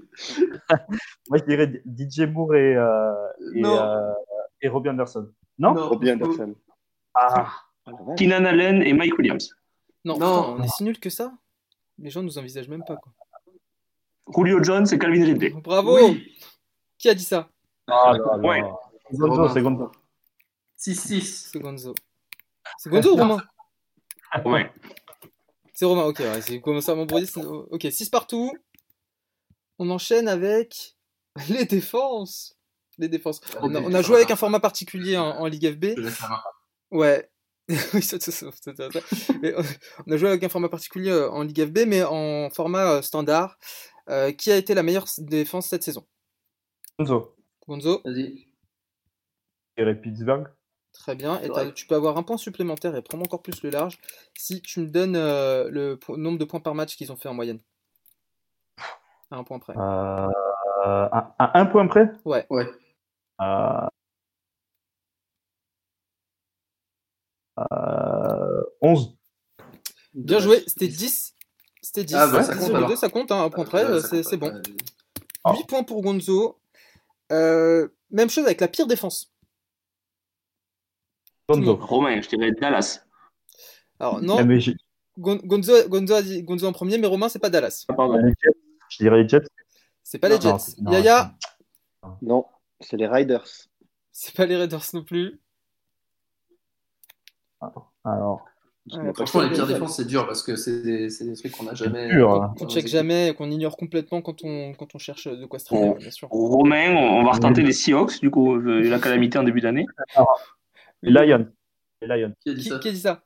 C: Moi, je dirais DJ Moore et, euh, et,
B: Non.
C: euh, et Robbie Anderson.
A: Oh,
C: Non,
E: Robbie Anderson.
C: Ah,
E: Ah, la vache.
D: Keenan Allen et Mike Williams.
A: non,
B: Non.
A: putain, on est si nul que ça. Les gens nous envisagent même pas. Quoi.
D: Julio Jones et Calvin Ridley.
A: Bravo Qui a dit ça
C: Ah, là, là.
D: Ouais.
C: Gonzo, c'est Gonzo.
B: 6-6.
A: C'est Gonzo. C'est Gonzo ou Romain
D: Ouais.
A: C'est Romain, ok. Ouais, c'est commencé à m'embrouiller. c'est- Ok, 6 partout. On enchaîne avec les défenses. Les défenses. On a, on a joué avec un format particulier en, en Ligue FB.
B: Je laisse la main.
A: Ouais. Oui, ça, ça, ça, ça, ça, ça. Mais on on a joué avec un format particulier euh, en Ligue FB, mais en format euh, standard. Euh, qui a été la meilleure s- défense cette saison
C: Gonzo.
A: Gonzo,
B: Vas-y.
C: Je dirais Pittsburgh.
A: très bien. Et
D: Ouais.
A: t'as- tu peux avoir un point supplémentaire et prendre encore plus le large si tu me donnes euh, le po- nombre de points par match qu'ils ont fait en moyenne. À un point près.
B: Ah,
C: Euh, à, à un point près
A: Ouais.
B: Ouais.
C: Euh, euh, 11.
A: Bien joué, c'était 10. C'était 10.
B: Ah, bah, ça
A: Dix
B: compte,
A: sur
B: alors. Euh,
A: deux, ça compte, hein, un point près,
B: Ouais,
A: c'est
B: compte,
A: c'est bon.
B: ouais.
A: 8 points pour Gonzo. Euh, même chose avec la pire défense.
C: Gonzo.
D: Romain, je dirais Dallas.
A: Alors,
C: Ah,
A: non,
C: mais j'ai-
A: Gon- Gonzo, Gonzo, a dit- Gonzo en premier, mais Romain, c'est pas Dallas.
D: Ah, pardon.
C: les Jets. Je dirais les Jets.
A: C'est pas
B: Non,
A: les Jets.
C: Non, c'est- non,
A: Yaya,
E: Non, c'est les Riders.
A: c'est pas les Raiders non plus.
C: Alors,
E: Ils
A: Ouais,
E: n'ont pas
B: Franchement, les
E: fait
B: pires
E: les
B: défenses, c'est dur parce que c'est des, c'est des trucs qu'on n'a jamais.
C: dur, hein.
A: Qu'on check jamais, qu'on ignore complètement quand on, quand on cherche de quoi se traiter,
D: Ouais.
A: bien sûr.
D: Romain, on on va retenter les Seahawks, du coup, euh, la calamité en début d'année.
C: les Lions. Les Lions.
B: Qui a dit
A: Qui,
B: ça
A: qui a dit ça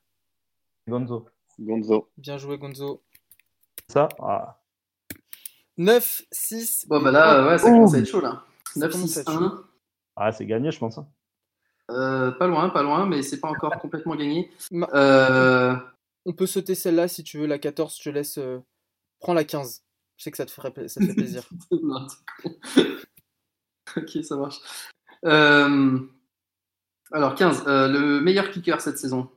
C: Gonzo.
E: Gonzo.
A: Bien joué, Gonzo.
C: Ça ah.
A: 9, 6.
B: Bon, bah là, ouais, ça commence à être chaud là.
A: Oh. Ça commence à être
B: 9-6-1.
C: Ah, c'est gagné, je pense. hein.
B: Euh, pas loin, pas loin, mais c'est pas encore complètement gagné.
A: Ah. Ma-
B: Euh,
A: On peut sauter celle-là si tu veux, la 14, je te laisse. euh, Prends la 15. Je sais que ça te ferait pla- ça te fait plaisir.
B: non, t'es con. ok, ça marche. Euh, Alors, 15. euh, le meilleur kicker cette saison.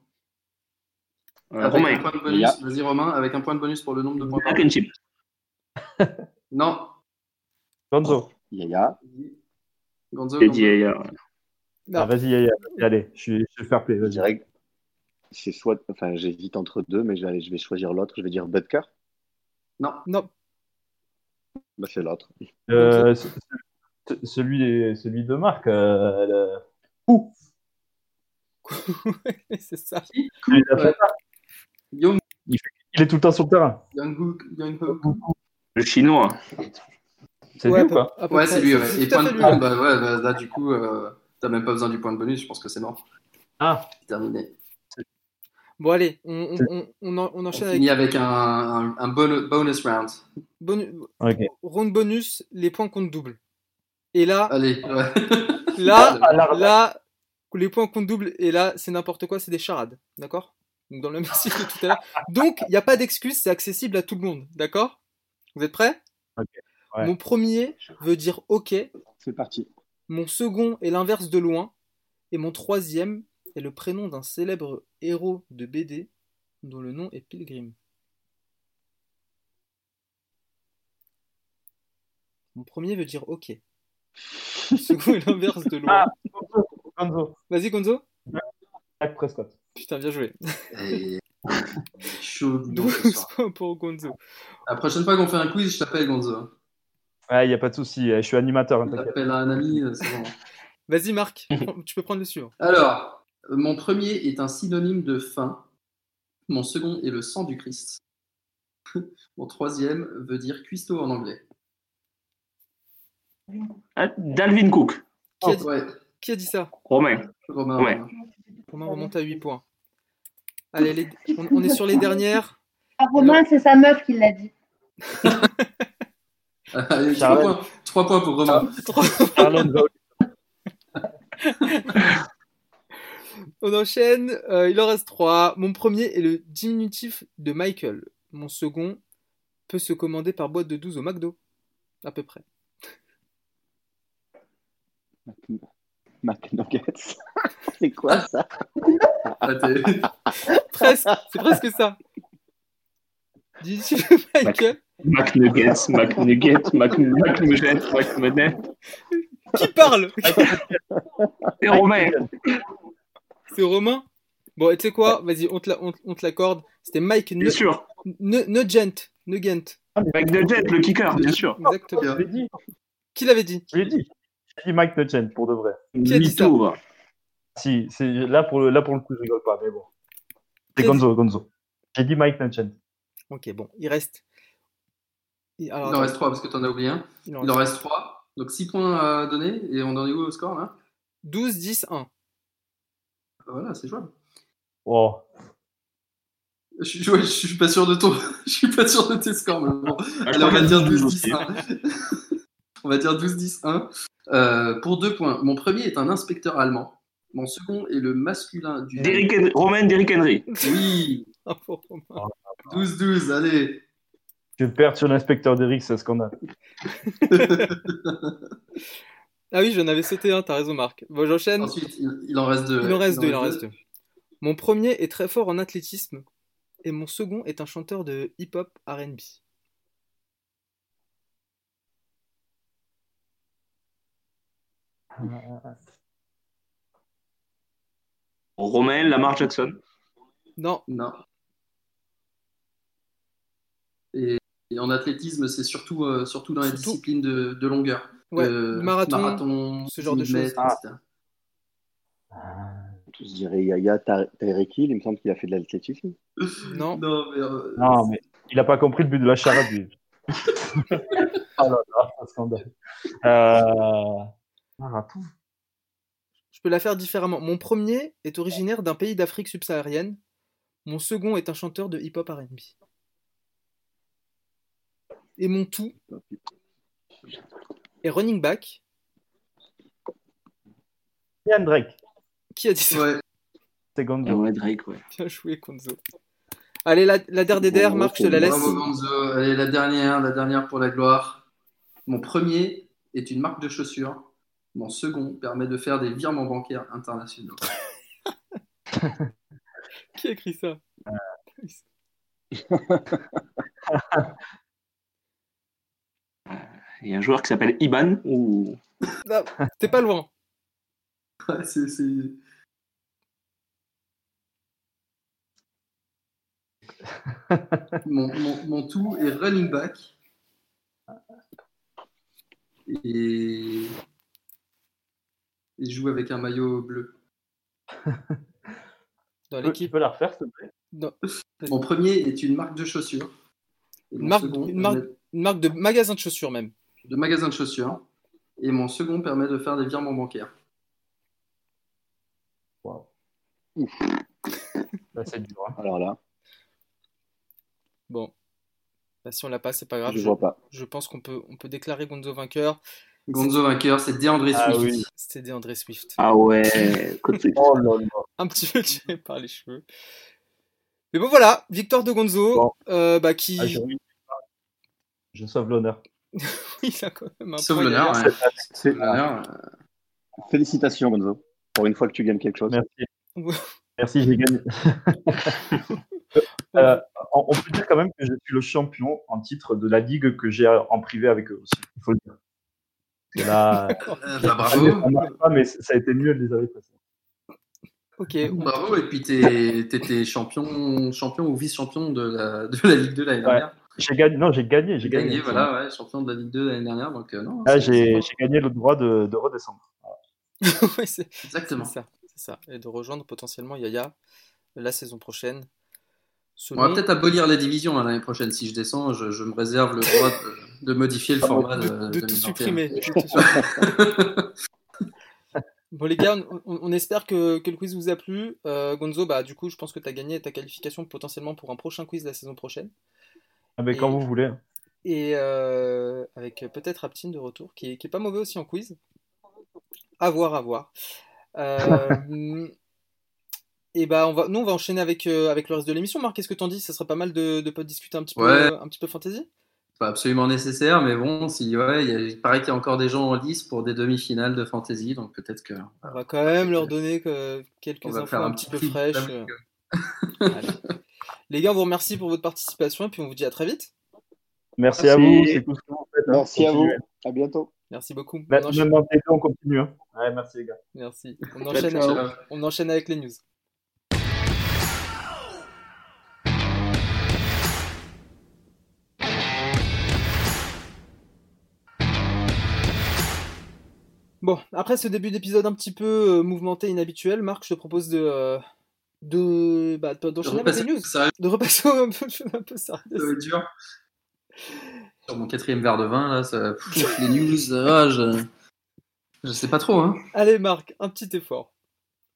D: Euh,
B: Avec un
D: Romain,
B: point de bonus.
E: Yaya.
B: Vas-y, Romain, avec un point de bonus pour le nombre de points.
D: Mac and Chip.
B: Non.
C: Gonzo.
A: Oh,
E: Yaya.
B: Gonzo.
D: J'ai
B: Gonzo.
D: dit ailleurs.
A: Ah.
C: Ah, vas-y, Yaya. vas-y, Allez, je suis je suis fair play.
E: Je
C: Vas-y.
E: dirais que c'est soit. Enfin, j'hésite entre deux, mais je vais, aller- je vais choisir l'autre. Je vais dire Butker.
B: Non.
A: Non,
E: Bah, c'est l'autre.
C: Euh, ce- ce- celui, celui de Marc. euh, le- Ouh,
A: c'est ça.
C: celui de la
B: Ouais.
C: Fanta,
B: Young,
C: Il est tout le temps sur le terrain.
B: Young Hook. Young Hook.
D: Le chinois.
C: C'est
A: Ouais,
C: lui ou
A: à peu-
C: pas
A: à peu
B: Ouais,
A: près.
B: c'est lui.
A: tout
B: Ouais. Et
A: à
B: point de
A: fait lui.
B: ah, bah ouais, bah, là, du coup, euh, t'as même pas besoin du point de bonus. Je pense que c'est mort.
C: Ah.
B: C'est terminé.
A: Bon, allez, on, on, on, on en- on
B: On
A: enchaîne avec
B: finit avec un, un, un bon- bonus round.
A: bonu-
C: Ok.
A: round bonus, les points comptent double. Et là,
B: Allez. ouais. Euh,
A: là,
C: Ah, là,
A: là, les points comptent double, et là, c'est n'importe quoi, c'est des charades, d'accord Donc, dans le même style que tout à l'heure. Donc, il n'y a pas d'excuse, c'est accessible à tout le monde, d'accord Vous êtes prêts
C: Ok, ouais.
A: Mon premier veut dire OK,
E: C'est parti.
A: mon second est l'inverse de loin, et mon troisième est le prénom d'un célèbre héros de BD dont le nom est Pilgrim. Mon premier veut dire OK. Le second est l'inverse de loin.
C: Gonzo, Gonzo.
A: Vas-y Gonzo
C: Dak Prescott.
A: Putain, bien joué.
B: Et... Chaud. bouillant ce
A: 12
B: soir.
A: points pour Gonzo.
B: La prochaine fois qu'on fait un quiz, je t'appelle Gonzo.
C: Ouais, il n'y a pas de souci. Je suis animateur.
B: Je
C: hein, t'inquiète.
B: t'appelle un ami, euh, c'est bon.
A: Vas-y Marc, prends- tu peux prendre le suivant.
B: Alors, euh, mon premier est un synonyme de faim. Mon second est le sang du Christ. Mon troisième veut dire cuistot en anglais.
D: Ah, Dalvin Cook.
A: Qui a dit,
B: Ah, Oh, Ouais,
A: qui a dit ça
D: Romain.
B: Romain.
D: Ouais.
A: Romain remonte à 8 points. Allez, les- on- on est sur les dernières.
F: Ah, Romain, c'est sa meuf qui l'a dit.
B: Allez, trois
C: Charles.
B: points. Trois points pour Romain.
C: Arlen Vaughn.
A: On enchaîne, euh, il en reste trois. Mon premier est le diminutif de Michael. Mon second peut se commander par boîte de 12 au McDo, à peu près.
E: McNuggets. c'est quoi ça
B: Ah, t'es-
A: Presque, c'est presque ça. Diminutif de
B: Bah,
A: Michael.
D: McNuggets, McNuggets, Mac- McNuggets, McNuggets.
A: Qui parle
D: Et Romain.
A: C'est Romain Bon, et tu sais quoi Vas-y, on te la- on te- on te l'accorde. C'était Mike
D: Bien
A: Ne-
D: sûr.
A: Ne- Nugent. Nugent.
D: Mike Nugent, le kicker, bien sûr.
A: Exactement.
C: Je l'ai dit.
A: Qui l'avait dit
C: Je l'ai dit. J'ai dit Mike Nugent pour de vrai.
A: Qui a dit ça
D: Mytho, va.
C: Si, c'est- là, pour le, là pour le coup, je rigole pas, mais bon. C'est
A: Qui a
C: Gonzo, Gonzo. J'ai dit Mike Nugent.
A: Ok, bon, il reste. Il- Alors,
B: Il en
A: attends,
B: reste 3 parce que tu en as oublié un.
A: il en
B: Il en reste 3. Donc 6 points à donner et on en est où au score là
A: 12, 10, 1.
B: Voilà, c'est jouable.
C: Oh.
B: Je, suis- ouais, je suis pas sûr de ton. Je suis pas sûr de tes scores, mais bon.
D: Ah,
B: Alors, on va dire 12-10-1. on va dire 12-10-1. Euh, pour deux points. Mon premier est un inspecteur allemand. Mon second est le masculin du.
D: Derrick Henry- Romain Derrick Henry.
B: Oui,
A: Ah,
B: 12-12, allez.
C: Je perds sur l'inspecteur d'Eric, c'est un scandale.
A: Ah oui, j'en avais sauté un, t'as raison, Marc. Bon, j'enchaîne.
B: Ensuite, il, il en reste deux.
A: euh, Il en reste deux, il en reste deux. Mon premier est très fort en athlétisme et mon second est un chanteur de hip-hop RB.
D: Romain Lamar Jackson.
A: Non,
B: Non. Et, et en athlétisme, c'est surtout, euh, surtout dans les
A: Surtout-
B: disciplines de, de longueur.
A: ouais,
B: Euh,
A: marathon. ce genre de
B: 10 mètres,
A: choses.
B: etc.
E: Je dirais Yaya Ta- Tyreek Hill, il me semble qu'il a fait de l'athlétisme.
A: Non,
B: Non, mais, euh,
C: Non, mais il a pas compris le but de la charade, lui. oh là là, c'est un scandale. Euh... Marathon.
A: je peux la faire différemment. Mon premier est originaire d'un pays d'Afrique subsaharienne. Mon second est un chanteur de hip-hop RB. Et mon tout est running back.
C: Ian Drake.
A: Qui a dit ça
B: ouais.
C: C'est Gonzo.
D: Ouais, Drake, ouais.
A: Bien joué, Konzo. Allez, la, la dernière des der, Marc, je te la laisse.
B: Bravo, Gonzo. Allez, la dernière, la dernière pour la gloire. Mon premier est une marque de chaussures. Mon second permet de faire des virements bancaires internationaux.
A: Qui a écrit ça
D: Il y a un joueur qui s'appelle Iban. Ou...
A: Ah, T'es pas loin.
B: Ouais, c'est- c'est- mon, mon- mon tout est running back. Et... et joue avec un maillot bleu.
A: Dans
C: Tu peux- Tu
A: l'équipe.
C: peux la refaire, s'il te plaît
B: Mon premier est une marque de chaussures. Et
A: Une
B: mon
A: marque-
B: second
A: une marque-
B: permet
A: Une marque de magasin de chaussures, même.
B: de magasin de chaussures. Et mon second permet de faire des virements bancaires.
C: Waouh. Là, c'est dur. hein.
E: Alors là,
A: Bon. Bah, si on l'a pas, c'est pas grave.
E: je
A: Je,
E: vois pas.
A: je pense qu'on peut, on peut déclarer Gonzo vainqueur.
B: Gonzo vainqueur, c'est DeAndre
C: Ah
B: Swift.
C: oui.
A: C'était André Swift.
D: Ah ouais. côté-
C: Oh là là.
A: Un petit peu tiré par les cheveux. Mais bon, voilà. Victoire de Gonzo.
C: Bon.
A: euh, bah, qui.
C: Ah, je... je sauve l'honneur.
A: Il a quand même un
B: Sauf
A: point
B: l'honneur.
A: derrière.
B: ouais.
E: C'est-
B: L'honneur, euh,
E: Félicitations, Bonzo, pour une fois que tu gagnes quelque chose.
C: Merci. Merci, j'ai gagné.
A: Ouais.
C: Euh, on on peut dire quand même que je suis le champion en titre de la ligue que j'ai en privé avec eux aussi. Il faut le dire. Et là,
B: euh, bah,
C: on
B: bravo.
C: marche pas, mais ça a été mieux les années précédentes.
A: Ok.
B: Bravo, et puis t'es- t'étais champion, champion ou vice-champion de la, de la Ligue 2 l'année dernière.
C: J'ai gagné, non, j'ai gagné, j'ai
B: J'ai
C: gagné.
B: gagné, voilà, ouais, champion de la Ligue 2 l'année dernière. Donc, euh, non,
C: Là,
B: c'est-
C: j'ai j'ai gagné le droit de, de redescendre.
A: Ouais, c'est-
B: Exactement.
A: C'est ça, c'est ça. Et de rejoindre potentiellement Yaya la saison prochaine.
B: On va
A: Selon-
B: peut-être abolir la division hein, l'année prochaine. Si je descends, je, je me réserve le droit de, de modifier le format de,
A: de, de tout
B: 2021.
A: supprimer. de tout supprimer. bon les gars, on, on- on espère que, que le quiz vous a plu. Euh, Gonzo, bah du coup, je pense que tu as gagné ta qualification potentiellement pour un prochain quiz la saison prochaine.
C: Ah, mais quand
A: Et-
C: vous voulez.
A: Et euh, avec peut-être Aptine de retour, qui est, qui est pas mauvais aussi en quiz. À voir, à voir. Euh, et bah on va, nous on va enchaîner avec, euh, avec le reste de l'émission. Marc, qu'est-ce que t'en dis Ça serait pas mal de, de pas discuter un petit peu,
B: Ouais.
A: un petit peu fantasy.
B: C'est pas absolument nécessaire, mais bon, si, ouais, il, y a- il paraît qu'il y a encore des gens en lice pour des demi-finales de Fantasy, donc peut-être que.
A: On va quand même leur donner que- quelques
B: Ah, On va
A: infos
B: faire
A: un,
B: un
A: petit peu
B: petit
A: fraîches.
B: tableau.
A: euh. Allez. Les gars, on vous remercie pour votre participation et puis on vous dit à très vite.
C: Merci,
D: Merci.
C: à vous, c'est tout ce que vous faites. hein.
E: Merci à vous.
C: Continuez.
E: À bientôt.
A: Merci beaucoup.
C: Même
A: On
C: en
A: enchaîne,
C: TP, on continue. hein. Ouais, merci les gars.
A: merci. On enchaîne,
B: Ciao.
A: on enchaîne avec les news. Bon, après ce début d'épisode un petit peu euh, mouvementé, inhabituel, Marc, je te propose de. euh, de. Bah, de- d'enchaîner avec les
B: repasser- Euh,
A: news.
B: ça
A: De repasser un peu, un peu ça.
B: va être dur. Sur mon quatrième verre de vin, là, ça- pff, les news, ah, je... je sais pas trop. Hein.
A: Allez, Marc, un petit effort.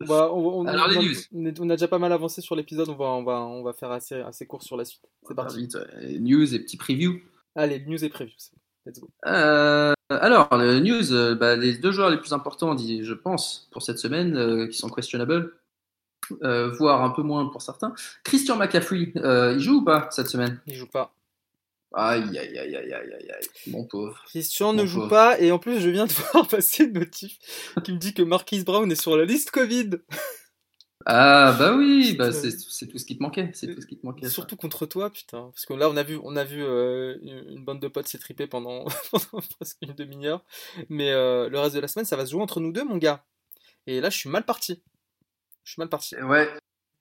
A: On va- on- on-
B: Alors, les
A: on a-
B: news.
A: on est- on a déjà pas mal avancé sur l'épisode, on va, on, va, on va faire assez, assez court sur la suite.
B: Ah,
A: C'est parti.
B: Vite, ouais. news et petit preview.
A: Allez, news et preview. c'est bon. Let's go.
B: Euh, alors, le news, euh, bah, les deux joueurs les plus importants, dis- je pense, pour cette semaine, euh, qui sont questionable, euh, voire un peu moins pour certains. Christian McCaffrey, euh, il joue ou pas cette semaine
A: Il joue pas.
B: Aïe, aïe, aïe, aïe, aïe, aïe, aïe, mon pauvre.
A: Christian ne
B: Bon,
A: joue
B: bah.
A: pas, et en plus, je viens de voir passer une notif qui me dit que Marquise Brown est sur la liste Covid.
B: Ah, bah oui,
A: Putain.
B: bah, c'est c'est tout ce qui te manquait. C'est tout ce qui te manquait. ça.
A: Surtout contre toi, putain. Parce que là, on a vu, on a vu euh, une une bande de potes s'étriper pendant, pendant presque une demi-heure. Mais euh, le reste de la semaine, ça va se jouer entre nous deux, mon gars. Et là, je suis mal parti. Je suis mal parti.
B: Ouais,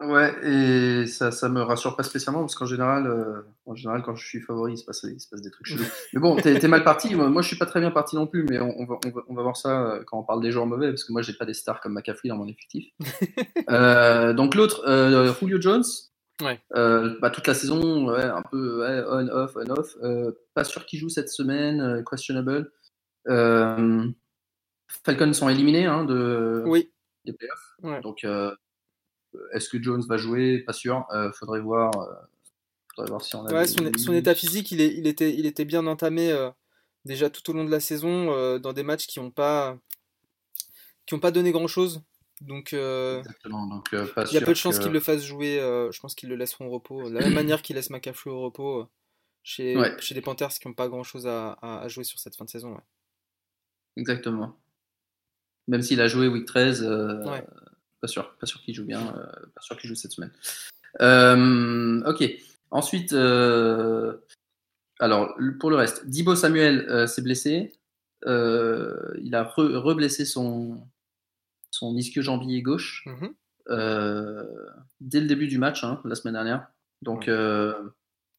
B: ouais, et ça, ça me rassure pas spécialement parce qu'en général, euh, en général, quand je suis favori, il se passe, il se passe des trucs chelous. Mais bon, t'es t'es mal parti. Moi, moi, je suis pas très bien parti non plus, mais on, on va, on, va, on va voir ça euh, quand on parle des joueurs mauvais parce que moi, j'ai pas des stars comme McCaffrey dans mon effectif. Euh, donc l'autre, euh, Julio Jones.
A: Ouais.
B: Euh, bah, toute la saison, ouais, un peu ouais, on off, on off. Euh, pas sûr qu'il joue cette semaine, euh, questionable. Euh, Falcons sont éliminés hein, de,
A: Oui.
B: des playoffs.
A: Ouais.
B: Donc, euh, est-ce que Jones va jouer Pas sûr. Euh, faudrait voir. euh, faudrait voir si on a.
A: Ouais,
B: des-
A: son, son état physique, il, est, il, était, il était bien entamé euh, déjà tout au long de la saison euh, dans des matchs qui n'ont pas, qui ont pas donné grand-chose. Donc, euh,
B: Exactement. Donc, euh, pas
A: il y a
B: sûr
A: peu de chances
B: que-
A: qu'ils le fassent jouer. euh, je pense qu'ils le laisseront au repos. De la même manière qu'ils laissent McAfee au repos euh, chez,
B: Ouais.
A: chez les Panthers qui n'ont pas grand-chose à, à- à jouer sur cette fin de saison. ouais.
B: Exactement. Même s'il a joué week 13, euh,
A: Ouais.
B: pas sûr, pas sûr qu'il joue bien, euh, pas sûr qu'il joue cette semaine. Euh, ok. Ensuite, euh, alors l- pour le reste, Dibo Samuel euh, s'est blessé. Euh, il a re- reblessé son son ischio jambier gauche.
A: Mhm.
B: euh, dès le début du match, hein, la semaine dernière. Donc, euh,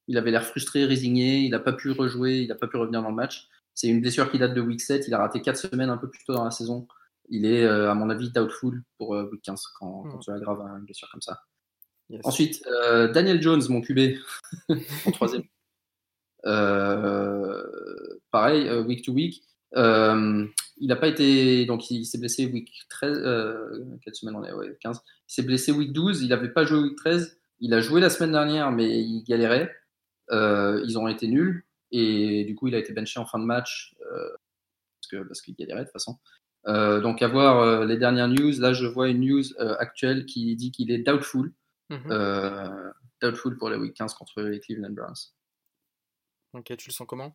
B: il avait l'air frustré, résigné, il n'a pas pu rejouer, il n'a pas pu revenir dans le match. C'est une blessure qui date de week 7, il a raté 4 semaines un peu plus tôt dans la saison. Il est, euh, à mon avis, doubtful pour euh, week 15 quand, quand
A: Mm.
B: tu aggraves une blessure comme ça.
A: Yes.
B: Ensuite, euh, Daniel Jones, mon QB, en troisième. Euh, pareil, euh, week to week. Euh, il n'a pas été. Donc, il s'est blessé week 13. Euh, quelle semaine on est Ouais, 15. Il s'est blessé week 12. Il n'avait pas joué week 13. Il a joué la semaine dernière, mais il galérait. Euh, ils ont été nuls. Et du coup, il a été benché en fin de match euh, parce que- parce qu'il galérait de toute façon. Euh, donc, à voir euh, les dernières news. Là, je vois une news euh, actuelle qui dit qu'il est doubtful.
A: Mhm.
B: Euh, doubtful pour la week 15 contre les Cleveland Browns.
A: Ok, tu le sens comment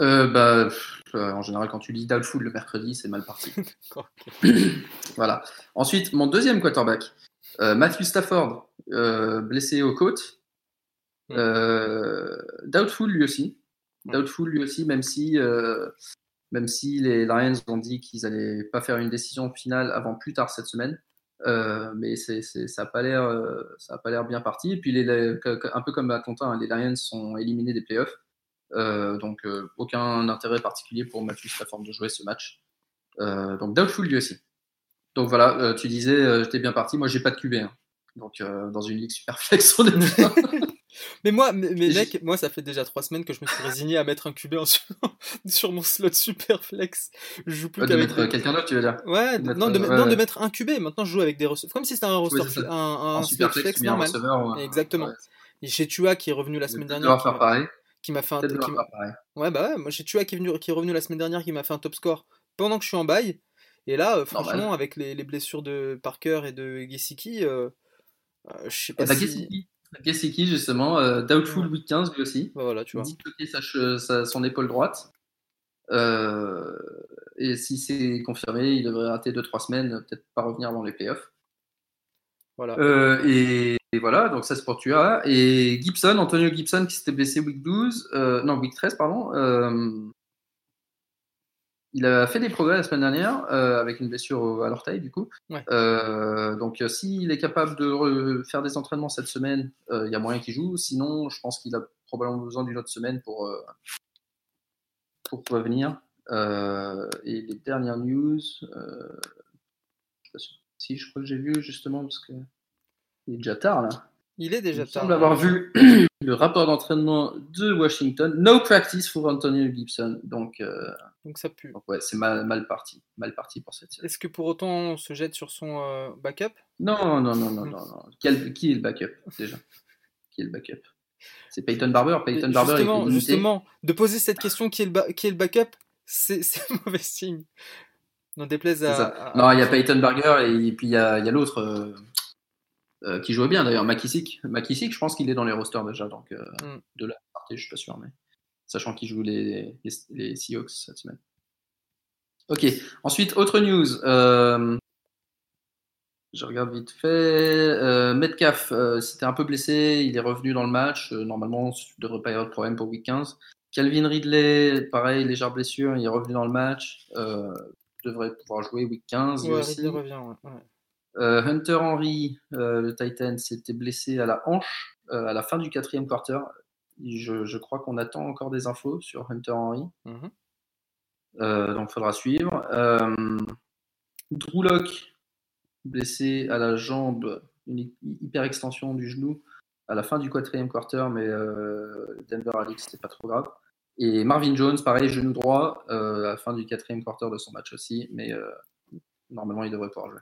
B: Euh, bah, pff, euh, en général, quand tu lis Doubtful le mercredi, c'est mal parti.
A: D'accord.
B: voilà. Ensuite, mon deuxième quarterback, euh, Matthew Stafford, euh, blessé aux côtes.
A: Ouais.
B: Euh, doubtful lui aussi. Doubtful lui aussi, même si, euh, même si les Lions ont dit qu'ils n'allaient pas faire une décision finale avant plus tard cette semaine. Euh, mais c'est, c'est- ça n'a pas l'air, euh, ça a pas l'air bien parti. Et puis, les- les- un peu comme Atlanta, hein, les Lions sont éliminés des playoffs. Euh, donc, euh, aucun intérêt particulier pour Matthew Stafford de jouer ce match. Euh, donc, doubtful lui aussi. Donc voilà, euh, tu disais, euh, j'étais bien parti. Moi, j'ai pas de QB. hein. Donc, euh, dans une ligue super flex, on est bien.
A: Mais moi, mais, mais
B: Et j'ai-
A: mec, moi, ça fait déjà trois semaines que je me suis résigné à mettre un QB en sur, sur mon slot super flex. Je joue plus
B: de
A: qu'avec.
B: mettre euh, quelqu'un d'autre, tu veux dire.
A: Ouais,
B: de mettre,
A: non, de,
B: euh,
A: non, de
B: ouais.
A: mettre un QB. Maintenant, je joue avec des receveurs. Comme si c'était un, roster,
B: Oui, c'est ça.
A: un, un
B: en
A: slot
B: super flex,
A: flex
B: ou bien un
A: normal.
B: receveur. ou un-
A: Exactement.
B: Ouais.
A: Et chez Tua qui est revenu la semaine
B: Peut-être
A: dernière.
B: devoir
A: qui
B: faire
A: m'a-
B: pareil.
A: qui m'a fait un
B: Peut-être
A: qui
B: devoir
A: m'a-
B: faire pareil.
A: ouais bah ouais, moi j'ai Tua qui est venu qui est revenu la semaine dernière qui m'a fait un top score pendant que je suis en bail et là euh, franchement
B: Normal.
A: avec les, les blessures de Parker et de Gesicki euh, euh, je sais
B: Et
A: pas
B: bah,
A: si
B: Gesicki, Gesicki, justement, euh, doubtful
A: Ouais.
B: week 15, lui aussi.
A: Bah, voilà tu vois
B: disloquer sa che- sa- son épaule droite. Euh, et si c'est confirmé, il devrait rater 2-3 semaines, peut-être pas revenir avant les playoffs.
A: voilà
B: Euh, et, et voilà, donc ça c'est pour Tua. Et Gibson, Antonio Gibson qui s'était blessé week 12, euh, non, week 13, pardon. euh, il a fait des progrès la semaine dernière euh, avec une blessure au- à l'orteil du coup.
A: Ouais.
B: Euh, donc euh, s'il est capable de re- faire des entraînements cette semaine, euh, il y a moyen qu'il joue. Sinon, je pense qu'il a probablement besoin d'une autre semaine pour, euh, pour revenir. Euh, et les dernières news, euh, pas sûr. si je crois que j'ai vu justement, parce que il est déjà tard là.
A: Il est
B: Il
A: déjà
B: me
A: tard. hein.
B: semble avoir vu le rapport d'entraînement de Washington. No practice pour Antonio Gibson. Donc, euh,
A: Donc ça pue.
B: donc ouais, c'est mal, mal parti. Mal parti pour cette série.
A: Est-ce que pour autant on se jette sur son euh, backup
B: Non, non, non, non, non. non. Quel- qui est le backup déjà Qui est le backup C'est Peyton Barber. Peyton
A: Et
B: Bah, Barber est
A: Justement,
B: limité.
A: justement, de poser cette question qui est le, ba- qui est le backup, c'est c'est mauvais signe. N'en déplaise
B: C'est
A: à.
B: ça.
A: à-
B: Non, il y a Peyton Barber et puis il y a, il y a l'autre euh, euh, qui jouait bien d'ailleurs, McKissick. McKissick, je pense qu'il est dans les rosters déjà, donc euh,
A: Mm.
B: de là, à partir, je suis pas sûr, mais sachant qu'il joue les, les, les Seahawks cette semaine. Ok, ensuite, autre news. euh, je regarde vite fait. Euh, Metcalf, euh, c'était un peu blessé, il est revenu dans le match. Euh, normalement, il ne devrait pas y avoir de problème pour Week 15. Calvin Ridley, pareil, légère blessure, il est revenu dans le match. Euh, devrait pouvoir jouer Week 15. lui
A: Ouais,
B: aussi.
A: il revient. ouais, ouais.
B: Euh, Hunter Henry, euh, le Titan, s'était blessé à la hanche euh, à la fin du quatrième quarter. Je, je crois qu'on attend encore des infos sur Hunter Henry.
A: Mhm.
B: Euh, donc, faudra suivre. Euh, Drew Lock, blessé à la jambe, une hy- hyperextension du genou à la fin du quatrième quarter, mais euh, Denver Alex, c'était pas trop grave. Et Marvin Jones, pareil, genou droit, euh, à la fin du quatrième quarter de son match aussi, mais euh, normalement, il devrait pouvoir jouer.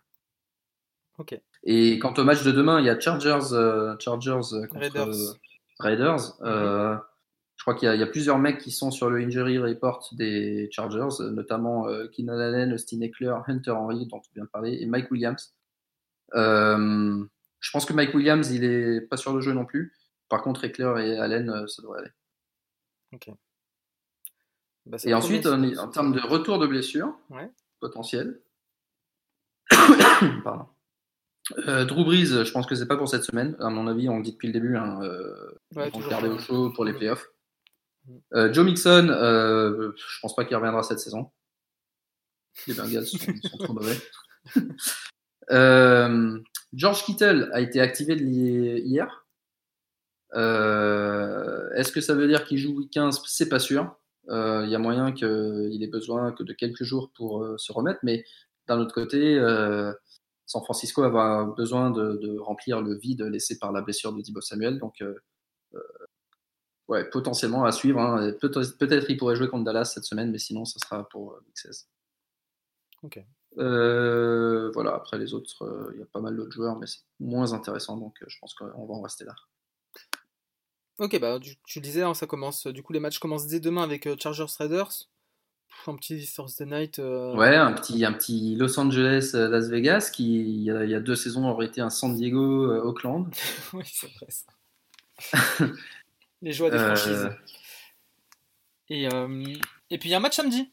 A: Ok.
B: Et quant au match de demain, il y a Chargers, euh, Chargers euh, contre
A: Raiders.
B: euh, Raiders.
A: Mhm.
B: Euh, je crois qu'il y, a- il y a plusieurs mecs qui sont sur le injury report des Chargers, euh, notamment euh, Keenan Allen, Austin Eckler, Hunter Henry, dont on vient de parler, et Mike Williams. Euh, je pense que Mike Williams, il est pas sur le jeu non plus. Par contre, Eckler et Allen, euh, ça devrait aller.
A: Bah, ça
B: Et ensuite,
A: promet,
B: en,
A: ça.
B: en termes de retour de blessure
A: Ouais.
B: potentiel, pardon. Euh, Drew Brees, je pense que c'est pas pour cette semaine. À mon avis, on le dit depuis le début, hein, euh,
A: Ouais,
B: ils vont le
A: toujours
B: garder
A: pas.
B: au chaud pour les
A: Mm.
B: playoffs.
A: Mm.
B: Euh, Joe Mixon, euh, je pense pas qu'il reviendra cette saison. Les Bengals sont, sont trop mauvais. Euh, George Kittle a été activé de l'hi- hier. Euh, Est-ce que ça veut dire qu'il joue week 15 C'est pas sûr. Euh, Il y a moyen qu'il ait besoin que de quelques jours pour euh, se remettre, mais d'un autre côté, euh, San Francisco avait besoin de, de remplir le vide laissé par la blessure de Dibo Samuel. Donc, euh, euh, ouais, potentiellement à suivre. hein. Peut- Peut-être il pourrait jouer contre Dallas cette semaine, mais sinon, ça sera pour euh, Week 16.
A: Ok.
B: Euh, voilà, après les autres, euh, il y a pas mal d'autres joueurs, mais c'est moins intéressant, donc euh, je pense qu'on va en rester là.
A: Ok, bah, tu, tu le disais, hein, ça commence. Du coup, les matchs commencent dès demain avec euh, Chargers Raiders. Pff, un petit Thursday night. euh,
B: Ouais, un petit, un petit Los Angeles-Las Vegas qui, il y, a, il y a deux saisons, aurait été un San euh, Diego-Auckland.
A: oui, c'est vrai ça. les joies des
B: Euh,
A: franchises. Et, euh, et puis, il y a un match samedi.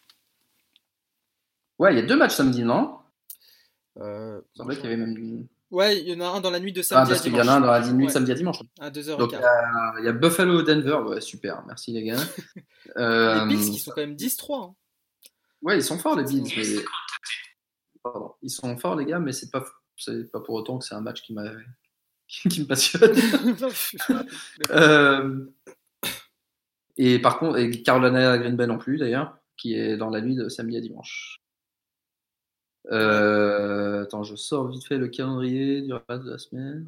B: Ouais, il y a deux matchs samedi, non
A: Euh,
B: Il semblait qu'il y avait même.
A: Ouais, il y en a un dans la nuit de samedi
B: Ah, parce
A: à
B: qu'il
A: dimanche.
B: y en a un dans la nuit
A: Ouais,
B: samedi à dimanche.
A: à
B: Donc,
A: 2h15.
B: il y a- il y, a Buffalo Denver, ouais, super, merci les gars. Euh,
A: Les Bills qui sont quand même 10-3. hein.
B: Ouais, ils sont forts les Bills. mais- Pardon. Ils sont forts les gars, mais c'est pas c'est pas pour autant que c'est un match qui m'a qui me passionne.
A: hein.
B: Euh, Et par contre, et Carolina Green Bay non plus d'ailleurs, qui est dans la nuit de samedi à dimanche. Euh, Attends, je sors vite fait le calendrier du reste de la semaine.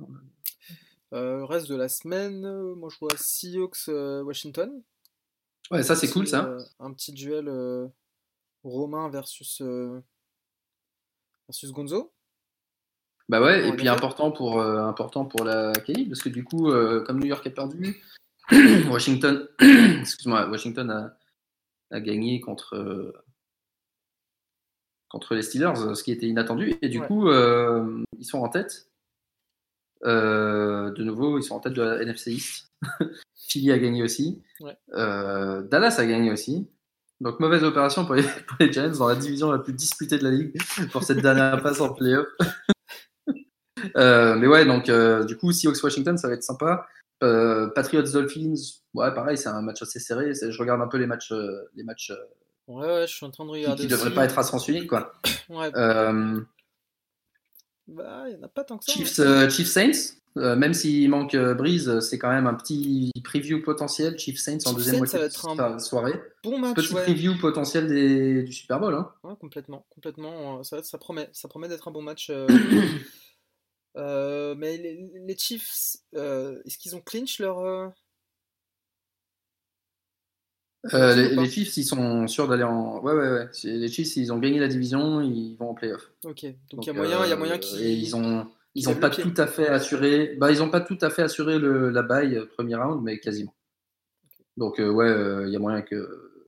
A: Euh, le reste de la semaine, euh, moi je vois Seahawks euh, Washington.
B: Ouais, ça c'est
A: Petit,
B: cool ça.
A: euh, un petit duel euh, Romain versus euh, versus Gonzo.
B: Bah ouais, et
A: En
B: puis
A: effet.
B: important pour, euh, important pour la Kelly, parce que du coup, euh, comme New York a perdu, Washington, excuse-moi, Washington a, a gagné contre, euh, contre les Steelers, ce qui était inattendu, et du
A: Ouais.
B: coup, euh, ils sont en tête. Euh, de nouveau, ils sont en tête de la NFC East. Philly a gagné aussi.
A: Ouais.
B: Euh, Dallas a gagné aussi. Donc mauvaise opération pour les, pour les Giants dans la division la plus disputée de la ligue pour cette dernière passe en playoff. Euh, mais ouais, donc euh, du coup, Seahawks Washington, ça va être sympa. Euh, Patriots Dolphins, ouais, pareil, c'est un match assez serré. C'est- Je regarde un peu les matchs, euh, les matchs euh,
A: Ouais, ouais, je suis en train de
B: qui,
A: regarder.
B: qui devraient
A: aussi.
B: pas être à sens unique, quoi.
A: Ouais,
B: Euh,
A: bah, il y en a pas tant que ça. hein.
B: Chiefs, euh, Chiefs Saints, Euh, même s'il manque euh, Breeze, c'est quand même un petit preview potentiel. Chiefs Saints en
A: Chiefs
B: deuxième
A: Saints, ça
B: moitié de
A: va être un
B: sa- soirée.
A: Bon match,
B: Petit
A: ouais.
B: preview potentiel des- du Super Bowl. Hein.
A: Ouais, complètement, complètement. euh, Ça, ça promet, ça promet d'être un bon match. euh, euh, mais les, les Chiefs, euh, est-ce qu'ils ont clinch leur euh,
B: Euh, les,
A: ou pas
B: les Chiefs, ils sont sûrs d'aller en. Ouais, ouais, ouais. C'est- Les Chiefs, ils ont gagné la division, ils vont en playoff.
A: Ok, donc
B: Donc,
A: il y a moyen, il y a
B: euh,
A: moyen qu'ils.
B: Et ils ont,
A: qu'ils
B: ils ont
A: lèvent
B: pas
A: le pied.
B: tout à fait assuré. Bah, ils ont pas tout à fait assuré le, la baille euh, premier round, mais quasiment. Donc euh, ouais, euh, il y a moyen que.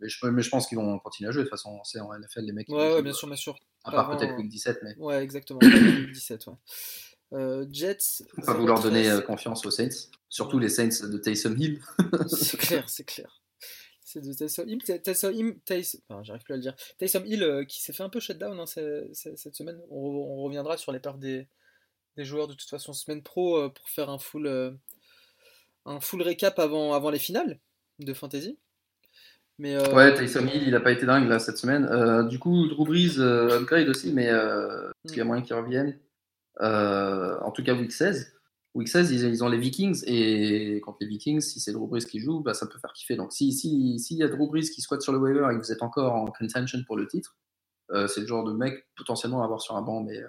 B: Mais je, mais je pense qu'ils vont continuer à jouer. De toute façon, c'est en NFL les mecs. ils-
A: Ouais, ouais,
B: ils-
A: bien sûr, bien sûr.
B: À
A: pas
B: part
A: avant,
B: peut-être
A: euh,
B: Week 17, mais
A: Ouais, exactement. pas avant le 17, ouais. Euh, Jets.
B: faut pas vouloir donner
A: 0-13.
B: euh, confiance aux Saints, surtout les Saints de Taysom Hill.
A: C'est clair, c'est clair. C'est de Tyson Hill. Ty- Tyson Hill, Tyson- enfin, j'arrive plus à le dire. Tyson Hill euh, qui s'est fait un peu shutdown hein, ce- ce- cette semaine. On, re- on reviendra sur les pertes des, des joueurs de toute façon semaine pro euh, pour faire un full, euh, un full récap avant, avant les finales de Fantasy. Mais, euh,
B: Ouais, Taysom Hill, il a pas été dingue là cette semaine. Euh, du coup, Drew Brees euh, upgrade aussi, mais euh, parce qu'il y a moyen qu'il revienne. Euh, en tout cas, week 16. Week 16, ils, ils ont les Vikings et contre les Vikings, si c'est Drew Brees qui joue, bah, ça peut faire kiffer. Donc, si si s'il y a Drew Brees qui squatte sur le waiver et que vous êtes encore en contention pour le titre, euh, c'est le genre de mec potentiellement à avoir sur un banc, mais euh,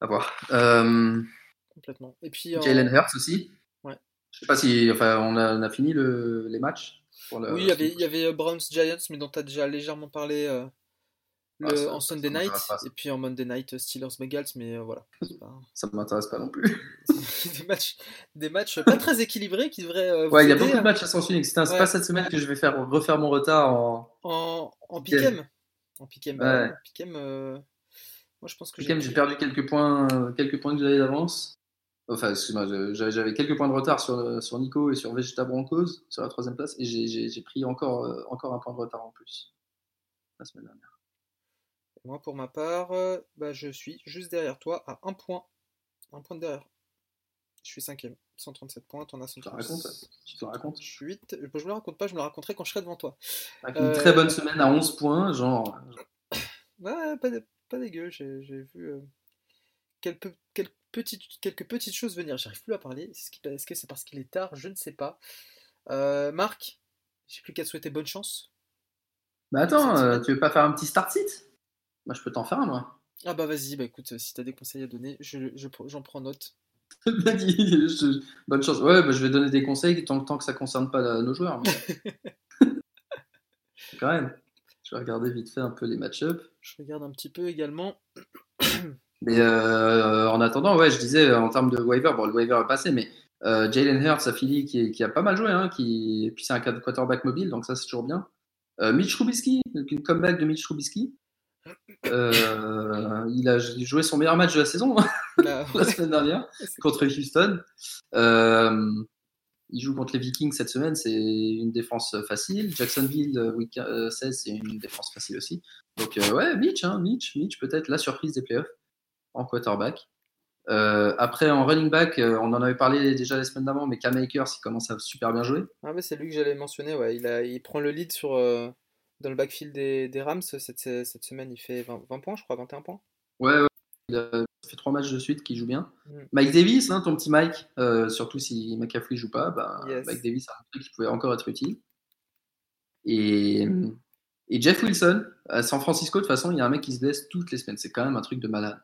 B: à voir. Euh,
A: complètement. Et puis, euh, en-
B: Jalen Hurts aussi.
A: Ouais.
B: Je sais pas si, enfin, on a, on a fini le- les matchs. Pour la-
A: oui, il y avait, il y avait euh, Browns Giants, mais dont tu as déjà légèrement parlé euh, le-
B: Ah, ça-
A: en
B: ça
A: Sunday Night.
B: m'intéresse pas, ça.
A: Et puis en Monday Night, euh, Steelers Bengals, mais euh, voilà. C'est pas-
B: Ça m'intéresse pas non plus.
A: des matchs, des matchs pas très équilibrés qui devraient euh, vous
B: Ouais, il y a
A: aider
B: beaucoup de matchs à sens unique. Putain, C'est
A: Ouais.
B: pas cette semaine que je vais faire refaire mon retard en.
A: en en
B: Piquem.
A: piquem. En piquem, bah,
B: Ouais.
A: en piquem, euh, moi je pense que
B: Pick'em, J'ai perdu quelques points, euh, quelques points que j'avais d'avance. Enfin, excuse-moi, je- j'avais j'avais quelques points de retard sur, sur Nico et sur Vegeta Broncos sur la troisième place et j'ai- j'ai j'ai pris encore, euh, encore un point de retard en plus la semaine dernière.
A: Moi pour ma part, euh, bah, je suis juste derrière toi à un point. Un point de derrière. Je suis cinquième. 137 points, t'en as
B: Tu te la racontes
A: 138.
B: Tu te la racontes
A: Je euh, bah, je me le raconte pas, je me le raconterai quand je serai devant toi.
B: Avec une
A: Euh,
B: très bonne semaine à 11 points, genre. euh,
A: Ouais, pas, dé- pas dégueu, j'ai j'ai vu euh, quelques, quelques, petites, quelques petites choses venir. J'arrive plus à parler. Est-ce qu'il- est-ce que c'est parce qu'il est tard? Je ne sais pas. Euh, Marc, j'ai plus qu'à te souhaiter bonne chance.
B: Mais attends,
A: Cette
B: euh,
A: semaine.
B: tu veux pas faire un petit start sit Moi, je peux t'en faire un, moi.
A: Ah bah vas-y, bah écoute, euh, si t'as des conseils à donner, je, je pr- j'en prends note.
B: Bien dit, je- Bonne chance. Ouais, bah, je vais donner des conseils tant, tant que ça concerne pas la- nos joueurs. mais- Quand même. Je vais regarder vite fait un peu les match-up.
A: Je regarde un petit peu également.
B: Mais euh, en attendant, ouais, je disais euh, en termes de waiver, bon, le waiver est passé, mais euh, Jalen Hurts à Philly qui, est- qui a pas mal joué, hein, qui, et puis c'est un quad- quarterback mobile, donc ça c'est toujours bien. Euh, Mitch Trubisky, donc une comeback de Mitch Trubisky. Euh, il a joué son meilleur match de la saison hein,
A: Bah,
B: la semaine dernière
A: c'est-
B: contre Houston. Euh, il joue contre les Vikings cette semaine, c'est une défense facile. Jacksonville, euh, week euh, 16, c'est une défense facile aussi. Donc, euh, ouais, Mitch, hein, Mitch, Mitch peut-être la surprise des playoffs en quarterback. Euh, après, en running back, euh, on en avait parlé déjà les semaines d'avant, mais Cam Akers, il commence à super bien jouer.
A: Ah mais c'est lui que j'allais mentionner, ouais. Il a, il prend le lead sur, euh, dans le backfield des, des Rams cette, cette semaine. Il fait 20, 20 points, je crois, 21 points.
B: Ouais, ouais, il a fait trois matchs de suite qui joue bien.
A: Mm.
B: Mike Davis, hein, ton petit Mike, euh, surtout si McAfee joue pas, bah,
A: Yes.
B: Mike Davis a montré qu'il pouvait encore être utile. Et, et Jeff Wilson, à San Francisco, de toute façon, il y a un mec qui se blesse toutes les semaines. C'est quand même un truc de malade.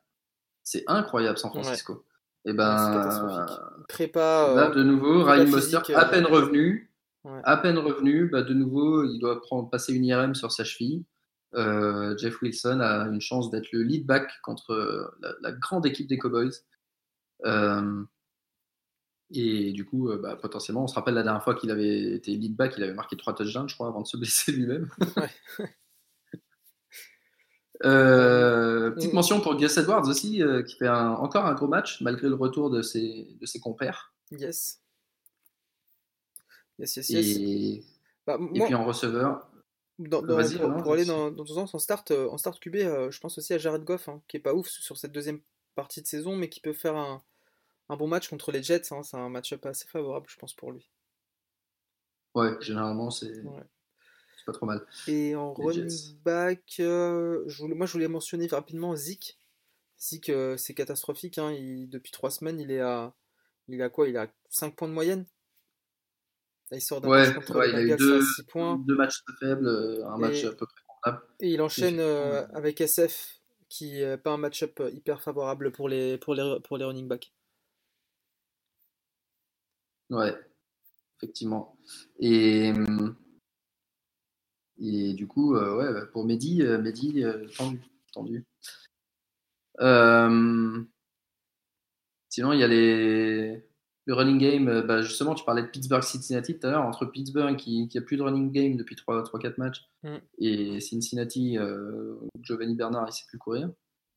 B: C'est incroyable, San Francisco. Et
A: C'est
B: ben,
A: catastrophique. Prépa,
B: là,
A: euh,
B: Bah, de nouveau,
A: la
B: Ryan
A: physique,
B: Mostert,
A: euh,
B: à peine revenu,
A: Ouais.
B: à peine revenu, bah, de nouveau, il doit prendre, passer une IRM sur sa cheville. Euh, Jeff Wilson a une chance d'être le lead back contre euh, la, la grande équipe des Cowboys. Euh, et du coup, euh, bah, potentiellement, on se rappelle la dernière fois qu'il avait été lead back, il avait marqué trois touchdowns, je crois, avant de se blesser lui-même. Euh, petite mention pour Gus Edwards aussi, euh, qui fait un- encore un gros match malgré le retour de ses, de ses compères.
A: yes. Yes, yes, yes.
B: Et,
A: Bah,
B: et
A: moi-
B: puis en receveur,
A: Dans- dans-
B: Vas-y,
A: pour,
B: Alain,
A: pour aller
B: vas-y.
A: dans, dans ton sens, en start, euh, en start QB, euh, je pense aussi à Jared Goff, hein, qui est pas ouf sur cette deuxième partie de saison, mais qui peut faire un, un bon match contre les Jets. hein. c'est un match-up assez favorable, je pense, pour lui.
B: ouais, généralement, c'est
A: Ouais.
B: c'est pas trop mal.
A: Et en
B: Les
A: running
B: Jets.
A: back, euh, je voulais- moi je voulais mentionner rapidement Zeke. Zik, euh, c'est catastrophique. hein. Il- depuis trois semaines, il est à, il est à quoi Il est à 5 points de moyenne. Là, il sort d'un
B: Ouais,
A: match contre
B: ouais,
A: les
B: il a eu
A: Bengals
B: deux,
A: à 6 points.
B: deux matchs très faibles, euh, un
A: Et-
B: match à peu près convenable.
A: Et il enchaîne euh, avec SF, qui n'est pas un match-up hyper favorable pour les, pour les, pour les running backs.
B: Ouais, effectivement. Et, euh, et du coup, euh, ouais, bah, pour Mehdi, euh, Mehdi euh, tendu. tendu. Euh, sinon, il y a les, le running game. euh, Bah, justement, tu parlais de Pittsburgh-Cincinnati tout à l'heure. Entre Pittsburgh, qui n'a plus de running game depuis 3-4 matchs,
A: Mm.
B: et Cincinnati, euh, Giovanni Bernard, il ne sait plus courir.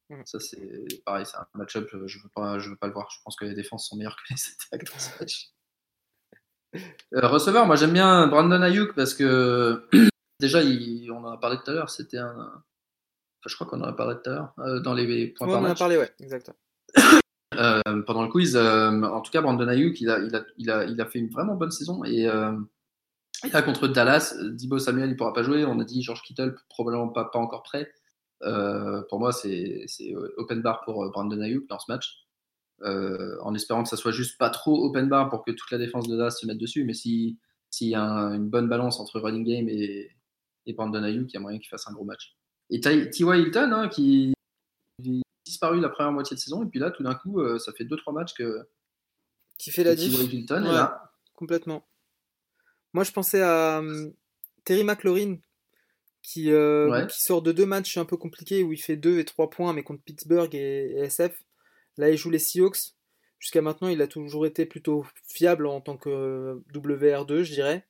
A: Mm.
B: Ça, c'est pareil, c'est un match-up. euh, Je ne veux, pas- je veux pas le voir. Je pense que les défenses sont meilleures que les attaques dans ce match. Euh, receveur, moi j'aime bien Brandon Ayuk parce que déjà, il- on en a parlé tout à l'heure, c'était un. enfin, je crois qu'on en a parlé tout à l'heure euh, dans les points
A: Ouais,
B: par
A: on en a
B: match.
A: parlé, ouais, exactement.
B: Euh, pendant le quiz, euh, en tout cas, Brandon Ayuk, il a, il, a, il, a, il a fait une vraiment bonne saison et euh, et là contre Dallas, Dibo Samuel il pourra pas jouer. On a dit George Kittle probablement pas, pas encore prêt. Euh, pour moi, c'est c'est open bar pour euh, Brandon Ayuk dans ce match. Euh, en espérant que ça soit juste pas trop open bar pour que toute la défense de Dallas se mette dessus. Mais si s'il y a un- une bonne balance entre running game et, et Brandon Ayuk, il y a moyen qu'il fasse un gros match. Et Ty- T.Y. Hilton hein, qui qui a disparu la première moitié de saison et puis là tout d'un coup euh, ça fait 2-3 matchs que,
A: Qui fait
B: que
A: la diff
B: T.Y. Hilton est
A: Ouais.
B: là.
A: Complètement. Moi, je pensais à hum, Terry McLaurin, qui, euh,
B: Ouais.
A: qui sort de deux matchs un peu compliqués où il fait 2 et 3 points, mais contre Pittsburgh et, et SF. Là, il joue les Seahawks. Jusqu'à maintenant, il a toujours été plutôt fiable en tant que WR2, je dirais.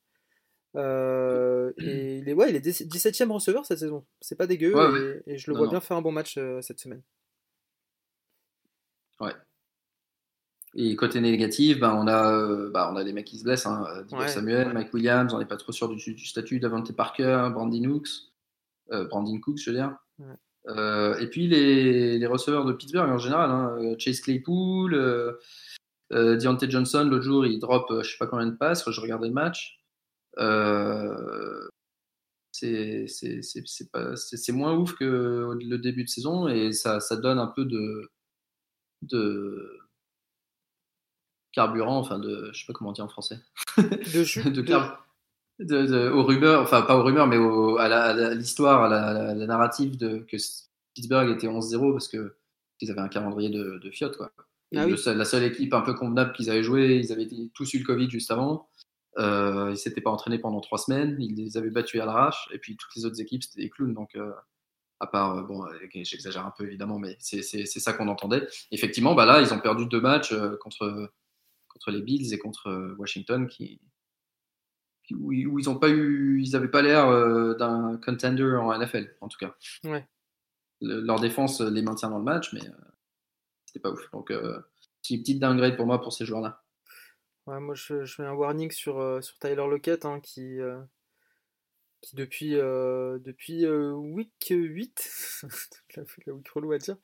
A: Euh, et il est, ouais, il est 17ème receveur cette saison. C'est pas dégueu.
B: Ouais,
A: et, et je le
B: Non,
A: vois
B: non.
A: bien faire un bon match euh, cette semaine.
B: Et côté négatif, ben, on, a, euh, bah, on a les mecs qui se blessent. Hein. euh, Debo
A: Ouais.
B: Samuel, Mike Williams, on n'est pas trop sûr du, du statut. Davante Parker, Brandon Hooks, euh, Brandon Cooks, je veux dire.
A: Ouais.
B: Euh, et puis les, les receveurs de Pittsburgh en général. hein, euh, Chase Claypool, euh, euh, Deontay Johnson, l'autre jour, il drop euh, je sais pas combien de passes. Je regardais le match. Euh, c'est c'est- c'est- c'est pas- c'est- c'est moins ouf que le début de saison et ça, ça donne un peu de. de carburant, enfin de, je sais pas comment on dit en français,
A: De jus.
B: de,
A: de-
B: car- de, de- aux rumeurs, enfin pas aux rumeurs, mais au- à la- à la- à l'histoire, à la, à la narrative de que Pittsburgh était 11-0 parce que ils avaient un calendrier de, de fiottes, quoi. Et
A: Ah
B: le
A: oui.
B: seul- la seule équipe un peu convenable qu'ils avaient joué, ils avaient été- tous eu le Covid juste avant. Euh, ils s'étaient pas entraînés pendant trois semaines, ils les avaient battus à l'arrache, et puis toutes les autres équipes c'était des clowns, donc euh, à part euh, bon, euh, j'exagère un peu évidemment, mais c'est c'est- c'est ça qu'on entendait. Effectivement, bah là ils ont perdu deux matchs euh, contre contre les Bills et contre euh, Washington qui, qui- où, ils- où ils ont pas eu ils avaient pas l'air euh, d'un contender en NFL en tout cas.
A: Ouais.
B: Le- leur défense euh, les maintient dans le match mais euh, c'était pas ouf. Donc euh, c'est une petite dinguerie pour moi pour ces joueurs-là.
A: Ouais, moi, je, je mets un warning sur, euh, sur Tyler Lockett, hein, qui, euh, qui depuis, euh, depuis euh, week 8, la, la week relou à dire,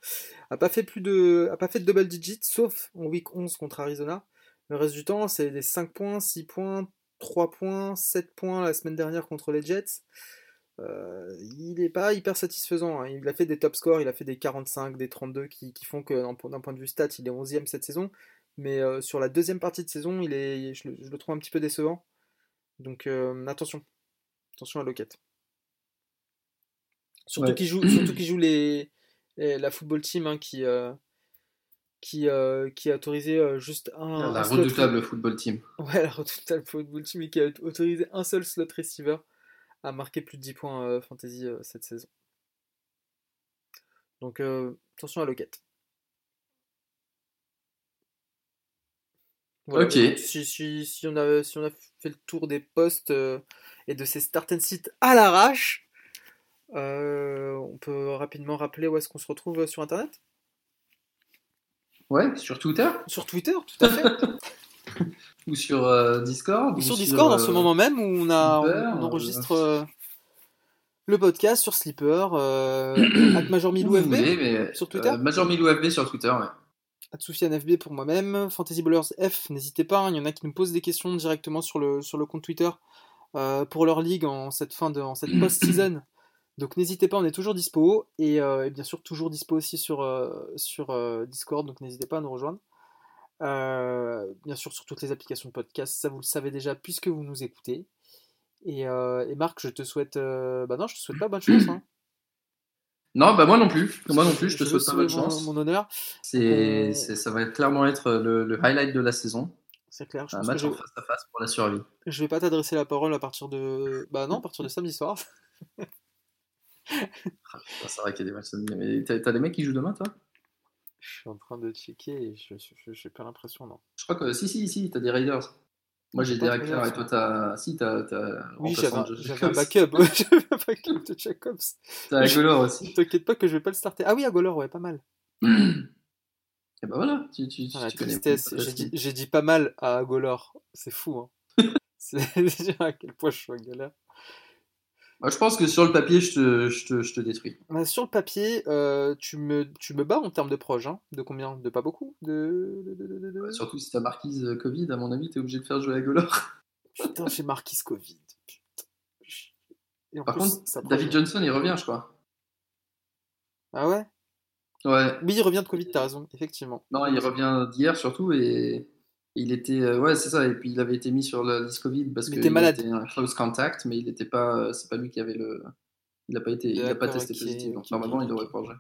A: a pas fait plus de, a pas fait de double digit, sauf en week 11 contre Arizona. Le reste du temps, c'est des 5 points, 6 points, 3 points, 7 points la semaine dernière contre les Jets. Euh, il n'est pas hyper satisfaisant. hein. Il a fait des top scores, il a fait des 45, des 32 qui, qui font que d'un point d'un point de vue stat, il est 11e cette saison. Mais euh, sur la deuxième partie de saison, il est, je, le, je le trouve un petit peu décevant. Donc euh, attention. Attention à Lockett. Surtout
B: Ouais.
A: qu'il joue, surtout qu'il joue les, les- la football team hein, qui, euh, qui, euh, qui a autorisé euh, juste un.
B: La
A: un slot
B: redoutable football team.
A: Ouais, la redoutable football team et qui a autorisé un seul slot receiver à marquer plus de 10 points euh, fantasy euh, cette saison. Donc euh, attention à Lockett. Voilà,
B: Ok.
A: donc, Si, si- si on a, si on a fait le tour des postes euh, et de ces start and sit à l'arrache, euh, on peut rapidement rappeler où est-ce qu'on se retrouve euh, sur Internet
B: Ouais, sur Twitter
A: Sur Twitter, tout à fait.
B: ou sur euh, Discord
A: Ou sur Discord en
B: euh,
A: ce moment même où on, a,
B: Slipper,
A: on, on enregistre euh, le podcast sur Sleeper, euh, at Major
B: où
A: Milou
B: vous
A: FB,
B: voulez, mais,
A: sur Twitter
B: euh, Major Milou FB sur Twitter, ouais.
A: at Soufiane FB pour moi-même, Fantasy Ballers F, n'hésitez pas, hein, il y en a qui nous posent des questions directement sur le, sur le compte Twitter euh, pour leur ligue en cette fin de, en cette post-season. Donc n'hésitez pas, on est toujours dispo et, euh, et bien sûr toujours dispo aussi sur, euh, sur euh, Discord, donc n'hésitez pas à nous rejoindre. Euh, bien sûr sur toutes les applications de podcast, ça vous le savez déjà puisque vous nous écoutez. Et, euh, et Marc, je te souhaite... euh, bah non, je te souhaite pas bonne chance. hein.
B: Non, bah moi non plus. Moi non plus, je te
A: veux
B: souhaite pas
A: sauver
B: bonne chance.
A: Mon, mon honneur,
B: C'est,
A: Euh,
B: c'est- ça va clairement être le, le highlight de la saison.
A: c'est clair. Je
B: Un
A: pense que
B: match
A: je,
B: en face à face pour la survie.
A: je vais pas t'adresser la parole à partir de... Bah non, à partir de samedi soir.
B: Putain, C'est vrai qu'il y a des matchs samedi. Mais t'as, t'as des mecs qui jouent demain, toi
A: Je suis en train de checker et je n'ai pas l'impression, non.
B: Je crois que si, si, si, t'as des Raiders. Moi j'ai
A: J'ai
B: des
A: pas de
B: Raiders et toi
A: Raiders.
B: t'as. Si, t'as. t'as
A: Oui,
B: remplaçant
A: j'avais un,
B: de Josh
A: j'avais un
B: Jacobs.
A: backup. ouais, j'avais un backup de Jacobs.
B: T'as Agolor aussi.
A: T'inquiète pas que je vais pas le starter. Ah oui, Agolor, ouais, pas mal.
B: et bah voilà, tu, tu, tu,
A: Ah, la
B: tu connais mon
A: tristesse, j'ai
B: podcast.
A: dit, j'ai dit pas mal à Agolor. C'est fou, hein. C'est déjà à quel point je suis un galère.
B: Moi, je pense que sur le papier, je te, je te, je te détruis.
A: Bah, sur le papier, euh, tu, me, tu me bats en termes de proches, hein. De combien De pas beaucoup de... de- de- de- de- de-
B: Surtout si t'as marquise euh, Covid, à mon avis, t'es obligé de faire jouer Agolor.
A: Putain, j'ai Marquis Covid. Putain. Et en
B: Par
A: plus, ça
B: contre, David
A: prend-
B: Johnson, il revient, je crois.
A: Ah ouais
B: Ouais.
A: Oui, il revient de Covid, t'as raison, effectivement.
B: Non, il revient d'hier surtout et il était. euh, Ouais, c'est ça. Et puis il avait été mis sur la liste Covid parce
A: Il
B: que
A: était malade.
B: était un close contact, mais il n'était pas. euh, C'est pas lui qui avait le. Il n'a pas été. Il a pas
A: D'accord,
B: testé
A: ok,
B: positif. Donc
A: ok,
B: normalement,
A: ok,
B: il devrait
A: ok.
B: pouvoir jouer.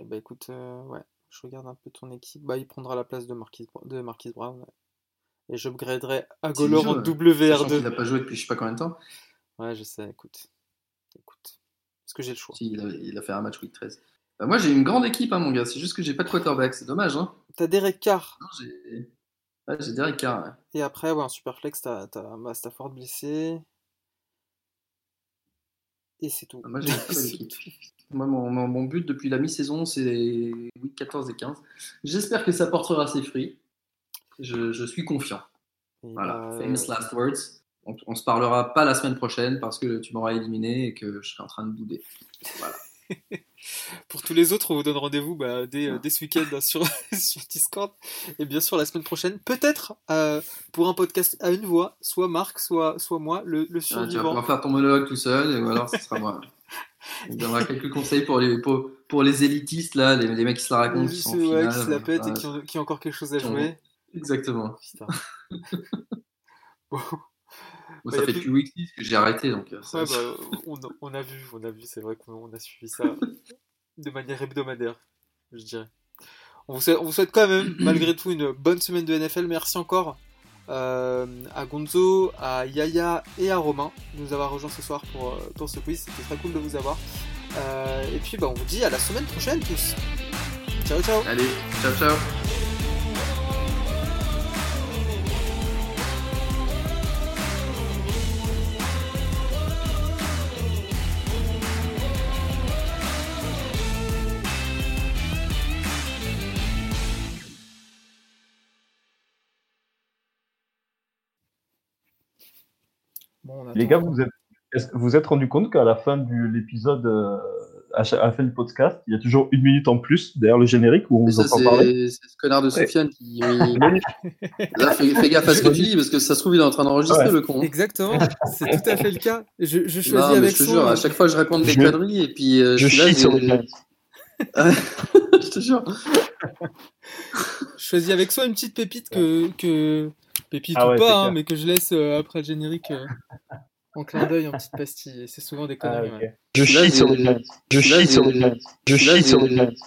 A: Ok, bah écoute, euh, ouais, je regarde un peu ton équipe. Bah, il prendra la place de Marquis, Bra- de Marquis Brown. ouais. Et je upgraderai Agolor
B: joue,
A: en
B: ouais. hein. Sachant qu'il n'a
A: WR2.
B: pas joué depuis je sais pas combien de temps.
A: Ouais, je sais, écoute. Écoute. Est-ce que j'ai le choix?
B: Si, il, a, il a fait un match week 13. Bah, moi, j'ai une grande équipe, hein, mon gars. C'est juste que j'ai pas de quarterback. C'est dommage, hein.
A: T'as Derek Carr.
B: Non, j'ai. Ouais, j'ai Derek Carr. ouais.
A: Et après, ouais, en Superflex, t'as, t'as bah, Stafford blessé. Et c'est tout.
B: Ah, Moi, j'ai une très bonne
A: C'est
B: équipe.
A: tout.
B: Moi, mon, mon- mon but depuis la mi-saison, c'est week 14 et 15. J'espère que ça portera ses fruits. Je, je suis confiant.
A: Et
B: Voilà,
A: bah,
B: famous last words. On, on se parlera pas la semaine prochaine parce que tu m'auras éliminé et que je serai en train de bouder.
A: Pour tous les autres, on vous donne rendez-vous bah, dès,
B: Ah.
A: euh, dès ce week-end hein, sur, sur Discord. Et bien sûr, la semaine prochaine, peut-être euh, pour un podcast à une voix, soit Marc, soit, soit moi, le, le
B: Euh, tu vas
A: survivant.
B: pouvoir faire ton monologue tout seul ou alors ce sera moi. On te donnera quelques conseils pour les, pour, pour les élitistes, là, les, les mecs qui se la racontent.
A: Oui,
B: qui sont
A: ceux,
B: en
A: ouais,
B: finale,
A: qui se la pètent et
B: voilà.
A: qui ont, qui ont encore quelque chose à
B: euh, Qui ont-
A: jouer.
B: Exactement.
A: Putain.
B: Bon,
A: Bah, y
B: ça
A: a
B: fait
A: plus-
B: plus week six que j'ai arrêté. Donc, euh, ça-
A: Ouais, bah, on, on a vu, on a vu, c'est vrai qu'on on a suivi ça de manière hebdomadaire, je dirais. On vous souhaite, on vous souhaite quand même, malgré tout, une bonne semaine de NFL. Merci encore euh, à Gonzo, à Yaya et à Romain de nous avoir rejoints ce soir pour, euh, pour ce quiz. C'était très cool de vous avoir. Euh, et puis, bah, on vous dit à la semaine prochaine, tous. Ciao, ciao.
B: Allez, ciao, ciao.
A: Bon, on
C: Les gars,
A: attend.
C: vous êtes, est-ce que vous êtes rendu compte qu'à la fin de l'épisode, euh, à, chaque- à la fin du podcast, il y a toujours une minute en plus derrière le générique où on
B: Mais
C: vous
B: ça,
C: entend parler
B: c'est c'est ce connard de Sofiane qui. oui.
C: Manu.
B: Là, fais, fais gaffe à ce que tu dis parce que ça se trouve, il est en train d'enregistrer
C: Ouais.
B: le con.
A: Exactement, c'est tout à fait le cas. Je, je
B: Non,
A: choisis
B: mais
A: avec
B: je te
A: son- euh.
B: jure, à chaque fois, je réponds des
C: Je-
B: conneries et puis euh,
C: Je
B: suis là,
C: chie sur
B: j'ai-
C: les gars.
B: je te jure.
A: choisis avec soi une petite pépite que, que pépite
C: Ah
A: ou
C: ouais, c'est
A: pas, hein,
C: clair.
A: mais que je laisse euh, après le générique euh, en clin d'œil en petite pastille. Et c'est souvent des
C: Ah,
A: conneries.
C: ok.
A: ouais.
G: Je
B: Là,
G: chie sur
B: j'ai-
G: les Giants. Je
B: là,
G: chie sur
B: j'ai-
G: les Giants. Je
B: là,
G: chie sur les
B: j'ai-
G: Giants.